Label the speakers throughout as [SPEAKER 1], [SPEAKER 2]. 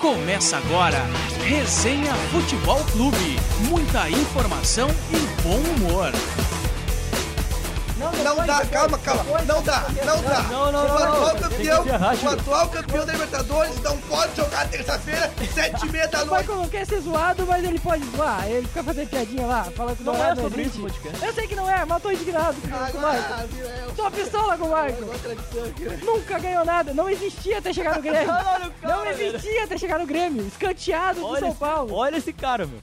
[SPEAKER 1] Começa agora, Resenha Futebol Clube. Muita informação e bom humor.
[SPEAKER 2] Não dá, calma, calma. Não dá, não dá.
[SPEAKER 3] Não, não, não,
[SPEAKER 2] O atual
[SPEAKER 3] não.
[SPEAKER 2] campeão,
[SPEAKER 3] Tem que encerrar,
[SPEAKER 2] o
[SPEAKER 3] Chico.
[SPEAKER 2] atual campeão da Libertadores não pode jogar terça-feira, sete e meia da
[SPEAKER 4] O
[SPEAKER 2] noite.
[SPEAKER 4] Michael não quer ser zoado, mas ele pode zoar. Ele fica fazendo piadinha lá, falando que
[SPEAKER 3] Não
[SPEAKER 4] não,
[SPEAKER 3] é
[SPEAKER 4] é
[SPEAKER 3] sobre
[SPEAKER 4] existe.
[SPEAKER 3] isso o podcast.
[SPEAKER 4] Eu sei que não é, mas eu tô indignado com, com o Michael.
[SPEAKER 2] Um
[SPEAKER 4] Tô pistola com o Michael. Nunca ganhou nada, não existia até chegar no Grêmio.
[SPEAKER 3] Olha o cara,
[SPEAKER 4] Não existia até chegar no Grêmio, escanteado do
[SPEAKER 3] Olha
[SPEAKER 4] São
[SPEAKER 3] esse,
[SPEAKER 4] Paulo.
[SPEAKER 3] olha esse cara, meu.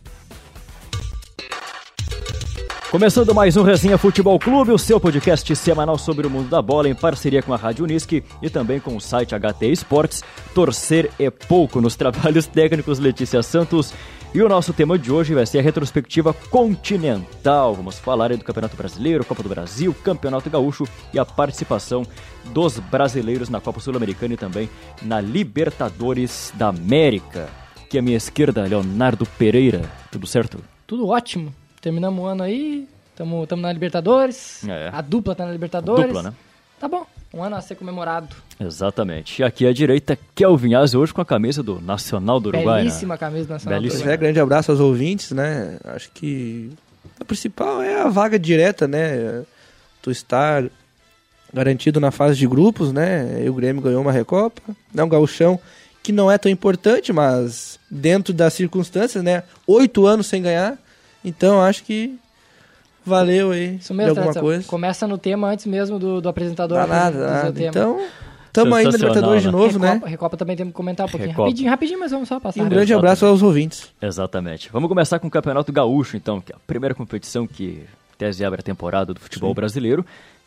[SPEAKER 3] Começando mais um Resenha Futebol Clube, o seu podcast semanal sobre o mundo da bola, em parceria com a Rádio Unisque e também com o site HT Esportes. Torcer é pouco nos trabalhos técnicos Letícia Santos. E o nosso tema de hoje vai ser a retrospectiva continental. Vamos falar aí do Campeonato Brasileiro, Copa do Brasil, Campeonato Gaúcho e a participação dos brasileiros na Copa Sul-Americana e também na Libertadores da América. Aqui à minha esquerda, Leonardo Pereira. Tudo certo?
[SPEAKER 5] Tudo ótimo. Terminamos o ano aí, estamos na Libertadores.
[SPEAKER 3] É.
[SPEAKER 5] A dupla tá na Libertadores.
[SPEAKER 3] Dupla, né?
[SPEAKER 5] Tá bom. Um ano a ser comemorado.
[SPEAKER 3] Exatamente. E aqui à direita, Kelvin Azzi, hoje com a camisa do Nacional do Uruguai. né?
[SPEAKER 5] Belíssima camisa do nacional. do
[SPEAKER 3] Belíssima.
[SPEAKER 2] Pois
[SPEAKER 5] Uruguai.
[SPEAKER 2] é, grande abraço aos ouvintes, né? Acho que a principal é a vaga direta, né? Tu estar garantido na fase de grupos, né? E o Grêmio ganhou uma Recopa, né? Um gauchão que não é tão importante, mas dentro das circunstâncias, né? Oito anos sem ganhar, então acho que valeu aí
[SPEAKER 5] Isso
[SPEAKER 2] de
[SPEAKER 5] mesmo,
[SPEAKER 2] alguma
[SPEAKER 5] tradição.
[SPEAKER 2] coisa.
[SPEAKER 5] Começa no tema antes mesmo do, do apresentador.
[SPEAKER 2] Dá
[SPEAKER 5] fazer- fazer o
[SPEAKER 2] nada, dá nada.
[SPEAKER 5] tema.
[SPEAKER 2] Então, tamo aí na
[SPEAKER 3] Sensacional,
[SPEAKER 2] Libertadores de
[SPEAKER 3] né?
[SPEAKER 2] novo, né?
[SPEAKER 5] Recopa, Recopa também temos que comentar um pouquinho.
[SPEAKER 3] Recopa.
[SPEAKER 5] Rapidinho, rapidinho, mas vamos só
[SPEAKER 2] E um
[SPEAKER 5] passar. né?
[SPEAKER 2] grande
[SPEAKER 3] Exato.
[SPEAKER 2] abraço aos ouvintes.
[SPEAKER 3] Exatamente. Vamos começar com o Campeonato Gaúcho, então, que é a primeira competição que em tese abre a temporada do futebol brasileiro,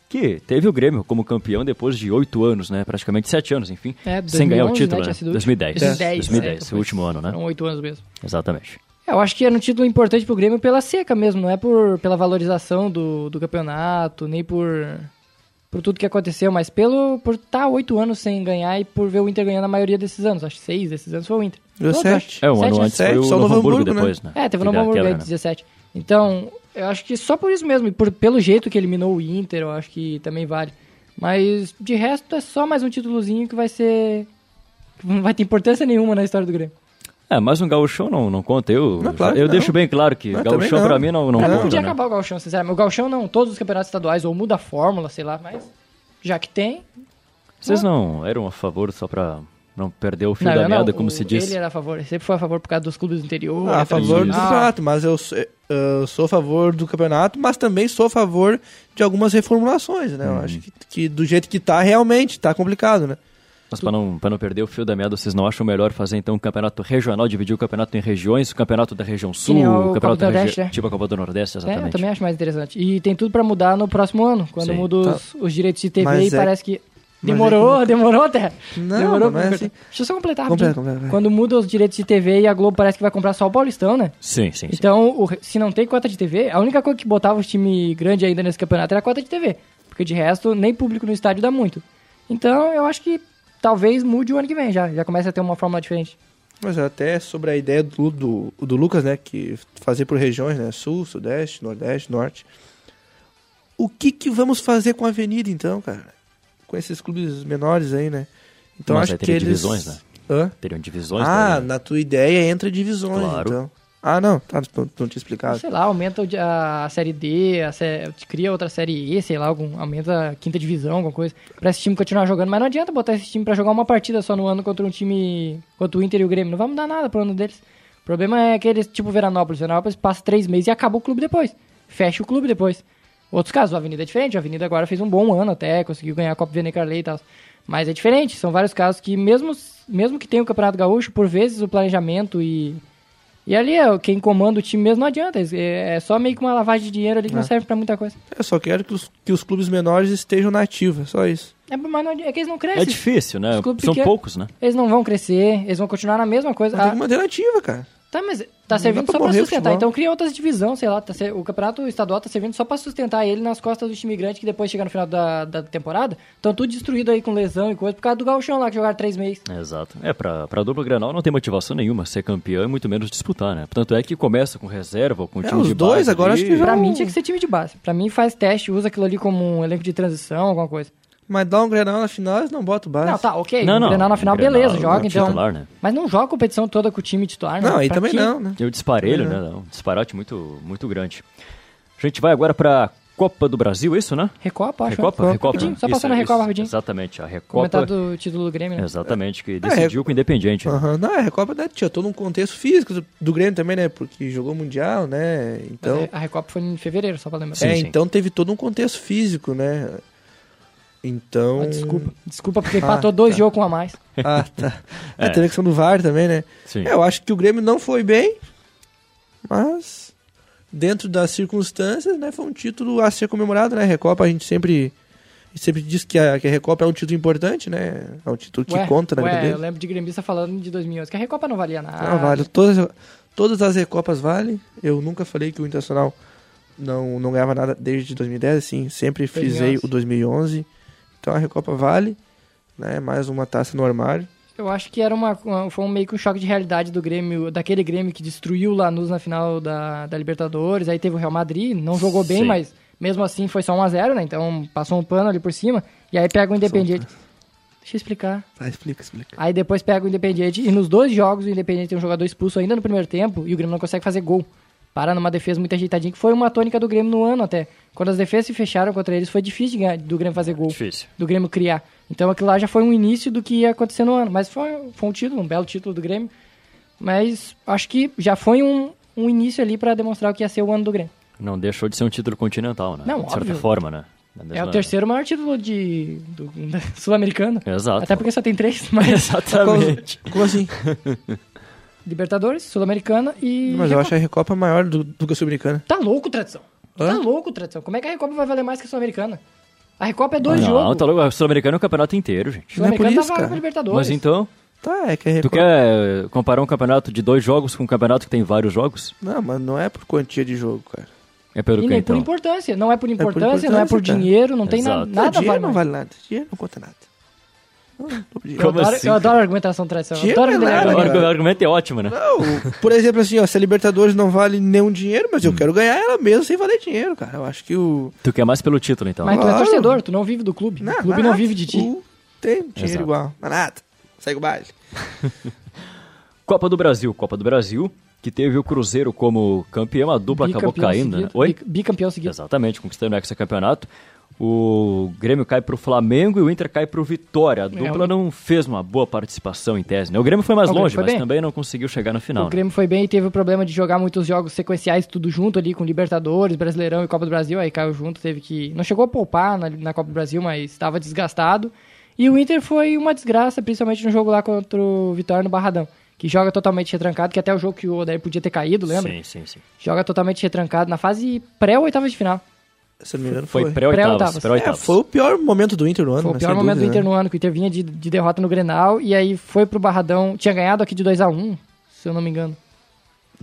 [SPEAKER 3] que teve o Grêmio como campeão depois de oito anos, né? Praticamente sete anos, enfim,
[SPEAKER 5] É,
[SPEAKER 3] sem ganhar o
[SPEAKER 5] 2011,
[SPEAKER 3] título,
[SPEAKER 5] né? Tinha sido o
[SPEAKER 3] 2010.
[SPEAKER 5] 2010,
[SPEAKER 3] 2010,
[SPEAKER 5] né?
[SPEAKER 2] é.
[SPEAKER 3] o último ano, né?
[SPEAKER 5] Foram oito anos mesmo.
[SPEAKER 3] Exatamente.
[SPEAKER 5] É, Eu acho que era um título importante pro Grêmio pela seca mesmo, não é por, pela valorização do, do campeonato, nem por, por tudo que aconteceu, mas pelo por estar oito anos sem ganhar e por ver o Inter ganhando a maioria desses anos. Acho que seis desses anos foi o Inter.
[SPEAKER 2] Deu
[SPEAKER 5] Todos,
[SPEAKER 2] certo.
[SPEAKER 5] acho.
[SPEAKER 3] É, um
[SPEAKER 5] Sete,
[SPEAKER 3] ano
[SPEAKER 5] né?
[SPEAKER 3] antes
[SPEAKER 2] sete,
[SPEAKER 3] foi o
[SPEAKER 2] só no
[SPEAKER 3] Novo Hamburgo,
[SPEAKER 2] Hamburgo, né?
[SPEAKER 3] depois, né?
[SPEAKER 5] É, teve o
[SPEAKER 3] Que
[SPEAKER 5] Novo
[SPEAKER 3] dá
[SPEAKER 5] Hamburgo
[SPEAKER 3] aquela,
[SPEAKER 5] aí, 17. Então, eu acho que só por isso mesmo, e por, pelo jeito que eliminou o Inter, eu acho que também vale. Mas de resto é só mais um títulozinho que vai ser. que Não vai ter importância nenhuma na história do Grêmio.
[SPEAKER 3] É, mas um gauchão não, não conta. Eu,
[SPEAKER 2] Não, claro que
[SPEAKER 3] eu
[SPEAKER 2] não.
[SPEAKER 3] deixo bem claro que
[SPEAKER 2] Mas também
[SPEAKER 3] gauchão
[SPEAKER 2] não.
[SPEAKER 3] pra mim não, não
[SPEAKER 5] Pra mim
[SPEAKER 3] conta,
[SPEAKER 5] podia
[SPEAKER 3] né?
[SPEAKER 5] acabar o Galchão, sinceramente. O Galchão não, todos os campeonatos estaduais, ou muda a fórmula, sei lá, mas já que tem.
[SPEAKER 3] Vocês não eram a favor só pra não perder o fio
[SPEAKER 5] Não,
[SPEAKER 3] da
[SPEAKER 5] eu
[SPEAKER 3] merda,
[SPEAKER 5] não,
[SPEAKER 3] como
[SPEAKER 5] o-
[SPEAKER 3] se diz?
[SPEAKER 5] Ele era a favor, sempre foi a favor por causa dos clubes do interior.
[SPEAKER 3] é
[SPEAKER 2] Ah, a favor do
[SPEAKER 3] Isso.
[SPEAKER 2] campeonato, mas eu, sou- eu sou a favor do campeonato, mas também sou a favor de algumas reformulações, né?
[SPEAKER 3] Uhum.
[SPEAKER 2] Eu acho que, que do jeito que tá, realmente tá complicado, né?
[SPEAKER 3] Mas para não, pra não perder o fio da meada, vocês não acham melhor fazer então um campeonato regional, dividir o campeonato em regiões, o campeonato da região sul,
[SPEAKER 5] nem o
[SPEAKER 3] o campeonato
[SPEAKER 5] Copa do
[SPEAKER 3] da
[SPEAKER 5] Nordeste,
[SPEAKER 3] região.
[SPEAKER 5] né?
[SPEAKER 3] Tipo a Copa do
[SPEAKER 5] É,
[SPEAKER 3] Nordeste,
[SPEAKER 5] eu
[SPEAKER 3] exatamente.
[SPEAKER 5] também acho mais interessante. E tem tudo pra mudar no próximo ano, quando
[SPEAKER 3] Sim.
[SPEAKER 5] muda os, os direitos de TV
[SPEAKER 2] Tá. Mas
[SPEAKER 5] e
[SPEAKER 2] é-
[SPEAKER 5] parece que.
[SPEAKER 2] mas é
[SPEAKER 5] Demorou, demorou até.
[SPEAKER 2] Não,
[SPEAKER 5] demorou
[SPEAKER 2] mas
[SPEAKER 5] pra-
[SPEAKER 2] assim-
[SPEAKER 5] Deixa eu só completar
[SPEAKER 2] Completa,
[SPEAKER 5] rapidinho.
[SPEAKER 2] completa, vai.
[SPEAKER 5] Quando muda os direitos de TV e a Globo parece que vai comprar só o Paulistão, né?
[SPEAKER 3] Sim, sim, sim.
[SPEAKER 5] Então, o re- se não tem cota de TV, a única coisa que botava os time grande ainda nesse campeonato era a cota de TV. Porque de resto, nem público no estádio dá muito. Então, eu acho que talvez mude o ano que vem já. Já começa a ter uma fórmula diferente.
[SPEAKER 2] Mas até sobre a ideia do, do, do Lucas, né? Que fazer por regiões, né? Sul, Sudeste, Nordeste, Norte. O que que vamos fazer com a Avenida, então, cara? Com esses clubes menores aí, né? Então
[SPEAKER 3] Mas
[SPEAKER 2] acho
[SPEAKER 3] aí
[SPEAKER 2] que
[SPEAKER 3] teria
[SPEAKER 2] eles...
[SPEAKER 3] divisões, né?
[SPEAKER 2] Hã?
[SPEAKER 3] Teriam divisões.
[SPEAKER 2] ah,
[SPEAKER 3] né?
[SPEAKER 2] na tua ideia entra divisões,
[SPEAKER 3] Claro.
[SPEAKER 2] então. Ah, não, tá, não, não tinha explicado.
[SPEAKER 5] Sei lá, aumenta o de- a, a série D, a sé- cria outra série E, sei lá, algum, aumenta a quinta divisão, alguma coisa, pra esse time continuar jogando. Mas não adianta botar esse time pra jogar uma partida só no ano contra um time. contra o Inter e o Grêmio. Não vai mudar nada pro ano deles. O problema é que eles, tipo o Veranópolis, o Veranópolis passa três meses e acaba o clube depois. Fecha o clube depois. Outros casos, a Avenida é diferente, a Avenida agora fez um bom ano até, conseguiu ganhar a Copa Vene Carley e tal. Mas é diferente, são vários casos que, mesmo, mesmo que tenha o Campeonato Gaúcho, por vezes o planejamento e e ali, ó, quem comanda o time mesmo não adianta. É é só meio que uma lavagem de dinheiro ali que não
[SPEAKER 2] É.
[SPEAKER 5] serve pra muita coisa.
[SPEAKER 2] Eu só quero que os, que os clubes menores estejam na ativa, só isso.
[SPEAKER 5] É, mas é- não adi- é que eles não
[SPEAKER 3] É
[SPEAKER 5] crescem.
[SPEAKER 3] difícil, né?
[SPEAKER 5] Os clubes
[SPEAKER 3] São
[SPEAKER 5] pequenos-
[SPEAKER 3] poucos, né?
[SPEAKER 5] eles não vão crescer, eles vão continuar na mesma coisa.
[SPEAKER 2] Mas tem
[SPEAKER 5] Ah,
[SPEAKER 2] que manter na ativa, cara.
[SPEAKER 5] tá, mas tá servindo
[SPEAKER 2] pra
[SPEAKER 5] só pra
[SPEAKER 2] morrer o
[SPEAKER 5] sustentar.
[SPEAKER 2] futebol.
[SPEAKER 5] Então cria outras divisões, sei lá. tá ser- o campeonato estadual tá servindo só pra sustentar ele nas costas do time grande que depois chega no final da, da temporada. Então tudo destruído aí com lesão e coisa por causa do gauchão lá que jogaram três meses.
[SPEAKER 3] Exato. É, pra, pra dupla Granal não tem motivação nenhuma ser campeão e muito menos disputar, né? Tanto é que começa com reserva ou com
[SPEAKER 2] É,
[SPEAKER 3] time
[SPEAKER 2] os
[SPEAKER 3] de
[SPEAKER 2] dois
[SPEAKER 3] base
[SPEAKER 2] agora
[SPEAKER 3] ali.
[SPEAKER 2] acho que já-
[SPEAKER 5] Pra
[SPEAKER 2] Então-
[SPEAKER 5] mim tinha que ser time de base. Pra mim faz teste, usa aquilo ali como um elenco de transição, alguma coisa.
[SPEAKER 2] Mas dá um Grenal na final, eles não botam o Barça.
[SPEAKER 5] Não, tá, ok.
[SPEAKER 3] Não, não.
[SPEAKER 5] Grenal na final,
[SPEAKER 3] Grenal,
[SPEAKER 5] beleza,
[SPEAKER 3] o
[SPEAKER 5] joga então.
[SPEAKER 3] titular, né?
[SPEAKER 5] Mas não joga a competição toda com o time titular, né?
[SPEAKER 2] Não, aí
[SPEAKER 5] Pra
[SPEAKER 2] também
[SPEAKER 5] quê?
[SPEAKER 2] não, né?
[SPEAKER 3] E o disparelho,
[SPEAKER 5] Uhum.
[SPEAKER 2] É.
[SPEAKER 3] né? Um disparate muito, muito grande. A gente vai agora pra Copa do Brasil, isso, né?
[SPEAKER 5] Recopa, acho.
[SPEAKER 3] Recopa?
[SPEAKER 5] né?
[SPEAKER 3] Recopa.
[SPEAKER 5] Rapidinho, só
[SPEAKER 3] Isso,
[SPEAKER 5] passando a
[SPEAKER 3] isso.
[SPEAKER 5] Recopa rapidinho.
[SPEAKER 3] Exatamente, a
[SPEAKER 5] Comentar
[SPEAKER 3] Recopa.
[SPEAKER 5] do título do Grêmio, né?
[SPEAKER 3] Exatamente, que decidiu com o Independiente.
[SPEAKER 5] é.
[SPEAKER 3] né?
[SPEAKER 2] Aham, não, a Recopa né, tinha todo um contexto físico do, do Grêmio também, né? Porque jogou Mundial, né?
[SPEAKER 5] Mas é,
[SPEAKER 2] Então,
[SPEAKER 5] A Recopa foi em fevereiro, só pra lembrar.
[SPEAKER 3] Sim,
[SPEAKER 2] é,
[SPEAKER 3] sim.
[SPEAKER 2] então teve todo um contexto físico, né? Então.
[SPEAKER 5] Ah, desculpa. Desculpa porque
[SPEAKER 2] Ah,
[SPEAKER 5] empatou dois
[SPEAKER 2] tá.
[SPEAKER 5] jogos com um a mais.
[SPEAKER 2] Ah, tá. É,
[SPEAKER 3] É.
[SPEAKER 2] teve a questão do VAR também, né?
[SPEAKER 3] Sim.
[SPEAKER 2] É, eu acho que o Grêmio não foi bem, mas dentro das circunstâncias, né, foi um título a ser comemorado, né? Recopa a gente sempre a gente sempre diz que a, que a Recopa é um título importante, né? É um título que
[SPEAKER 5] Ué,
[SPEAKER 2] conta na
[SPEAKER 5] ué,
[SPEAKER 2] vida
[SPEAKER 5] eu
[SPEAKER 2] dele.
[SPEAKER 5] lembro de gremista falando de 2011, que a Recopa não valia nada.
[SPEAKER 2] Não, vale. Todas, todas as Recopas valem. Eu nunca falei que o Internacional não, não ganhava nada desde 2010, assim, sempre frisei
[SPEAKER 5] 2011.
[SPEAKER 2] o 2011. Então a Recopa vale, né? Mais uma taça no armário.
[SPEAKER 5] Eu acho que era uma, uma- foi um meio que um choque de realidade do Grêmio, daquele Grêmio que destruiu o Lanús na final da, da Libertadores, aí teve o Real Madrid, não jogou bem,
[SPEAKER 3] Sim.
[SPEAKER 5] mas mesmo assim foi só 1x0, né? Então passou um pano ali por cima, e aí
[SPEAKER 3] um
[SPEAKER 5] pega o Independiente. Deixa eu explicar.
[SPEAKER 2] Tá, explica, explica.
[SPEAKER 5] Aí depois pega o Independiente, e nos dois jogos o Independiente tem um jogador expulso ainda no primeiro tempo, e o Grêmio não consegue fazer gol. Para numa defesa muito ajeitadinha, que foi uma tônica do Grêmio no ano até. Quando as defesas se fecharam contra eles, foi difícil de ganhar- do Grêmio fazer gol
[SPEAKER 3] Difícil.
[SPEAKER 5] do Grêmio criar. Então aquilo lá já foi um início do que ia acontecer no ano. Mas foi, foi um título, um belo título do Grêmio. Mas acho que já foi um, um início ali para demonstrar o que ia ser o ano do Grêmio.
[SPEAKER 3] Não deixou de ser um título continental, né?
[SPEAKER 5] Não,
[SPEAKER 3] de certa
[SPEAKER 5] óbvio.
[SPEAKER 3] forma, né? Da
[SPEAKER 5] É o
[SPEAKER 3] mesma-
[SPEAKER 5] terceiro maior título de do- da Sul-Americana.
[SPEAKER 3] Exato.
[SPEAKER 5] Até porque só tem três, mas
[SPEAKER 3] Exatamente.
[SPEAKER 2] Como assim?
[SPEAKER 5] Libertadores, Sul-Americana e.
[SPEAKER 2] Mas eu
[SPEAKER 5] Recopa.
[SPEAKER 2] acho a Recopa maior do, do que a Sul-Americana.
[SPEAKER 5] Tá louco, tradição.
[SPEAKER 2] Hã?
[SPEAKER 5] Tá louco, tradição. Como é que a Recopa vai valer mais que a Sul-Americana? A Recopa é dois
[SPEAKER 3] Não,
[SPEAKER 5] jogos.
[SPEAKER 3] tá logo. O Sul-Americano é o campeonato inteiro, gente.
[SPEAKER 2] Não é por
[SPEAKER 5] Sul-Americana
[SPEAKER 2] isso,
[SPEAKER 5] dá vaga
[SPEAKER 2] cara.
[SPEAKER 5] pra Libertadores.
[SPEAKER 3] Mas então,
[SPEAKER 2] Tá, é que a
[SPEAKER 3] tu
[SPEAKER 2] Recopa...
[SPEAKER 3] quer comparar um campeonato de dois jogos com um campeonato que tem vários jogos?
[SPEAKER 2] Não, mas não é por quantia de jogo, cara.
[SPEAKER 3] É pelo
[SPEAKER 5] E
[SPEAKER 3] que
[SPEAKER 5] nem por
[SPEAKER 3] então?
[SPEAKER 5] importância. Não é por importância, não é por
[SPEAKER 2] importância, cara.
[SPEAKER 5] dinheiro, não tem na-
[SPEAKER 3] Exato.
[SPEAKER 5] nada.
[SPEAKER 2] dinheiro
[SPEAKER 5] vale
[SPEAKER 2] não
[SPEAKER 5] mais.
[SPEAKER 2] vale nada. Dinheiro não conta nada. Não, não dinheiro.
[SPEAKER 5] Eu
[SPEAKER 3] Como
[SPEAKER 5] adoro,
[SPEAKER 3] assim,
[SPEAKER 5] eu adoro a argumentação tradicional. Eu
[SPEAKER 2] Dinheiro
[SPEAKER 5] adoro
[SPEAKER 2] é
[SPEAKER 5] aquele
[SPEAKER 2] nada,
[SPEAKER 5] negócio.
[SPEAKER 3] Agora
[SPEAKER 2] cara.
[SPEAKER 3] o argumento é ótimo, né?
[SPEAKER 2] Não, por exemplo, assim, ó, se a Libertadores não vale nenhum dinheiro,
[SPEAKER 3] Hum.
[SPEAKER 2] mas eu quero ganhar ela mesmo sem valer dinheiro, cara. Eu acho que o.
[SPEAKER 3] Tu quer mais pelo título, então.
[SPEAKER 5] Mas tu é
[SPEAKER 2] Claro.
[SPEAKER 5] torcedor, tu não vive do clube. o clube não
[SPEAKER 2] nada.
[SPEAKER 5] vive de ti.
[SPEAKER 2] O- Tem dinheiro
[SPEAKER 3] Exato.
[SPEAKER 2] igual. Não é nada. Segue o baile.
[SPEAKER 3] Copa do Brasil, Copa do Brasil, que teve o Cruzeiro como campeão, a dupla acabou
[SPEAKER 5] Bicampeão
[SPEAKER 3] caindo, né?
[SPEAKER 5] seguido,
[SPEAKER 3] Oi?
[SPEAKER 5] bic- Bicampeão seguido.
[SPEAKER 3] Exatamente, conquistando o hexacampeonato. O Grêmio cai pro Flamengo e o Inter cai pro Vitória. A dupla
[SPEAKER 5] É, o-
[SPEAKER 3] não fez uma boa participação em tese, né? O Grêmio foi mais
[SPEAKER 5] O Grêmio
[SPEAKER 3] longe,
[SPEAKER 5] foi
[SPEAKER 3] mas
[SPEAKER 5] bem.
[SPEAKER 3] também não né? conseguiu chegar na final.
[SPEAKER 5] O Grêmio foi bem e teve o problema de jogar muitos jogos sequenciais tudo junto ali com Libertadores, Brasileirão e Copa do Brasil. Aí caiu junto, teve que. Não chegou a poupar na, na Copa do Brasil, mas estava desgastado. E o Inter foi uma desgraça, principalmente no jogo lá contra o Vitória no Barradão, que joga totalmente retrancado, que até o jogo que o Odair podia ter caído,
[SPEAKER 3] né?
[SPEAKER 5] lembra?
[SPEAKER 3] Sim, sim, sim.
[SPEAKER 5] Joga totalmente retrancado na fase pré-oitava de final.
[SPEAKER 2] Se eu não me engano, foi.
[SPEAKER 3] Foi pré-oitavas.
[SPEAKER 5] Pré-oitavas.
[SPEAKER 2] É,
[SPEAKER 3] Pré-oitavas.
[SPEAKER 2] foi o pior momento do Inter no ano.
[SPEAKER 5] Foi o
[SPEAKER 2] né,
[SPEAKER 5] pior
[SPEAKER 2] sem
[SPEAKER 5] momento do
[SPEAKER 2] dúvida,
[SPEAKER 5] Inter
[SPEAKER 2] né?
[SPEAKER 5] no ano, que o Inter vinha de, de derrota no Grenal e aí foi pro Barradão. Tinha ganhado aqui de 2x1, se eu não me engano.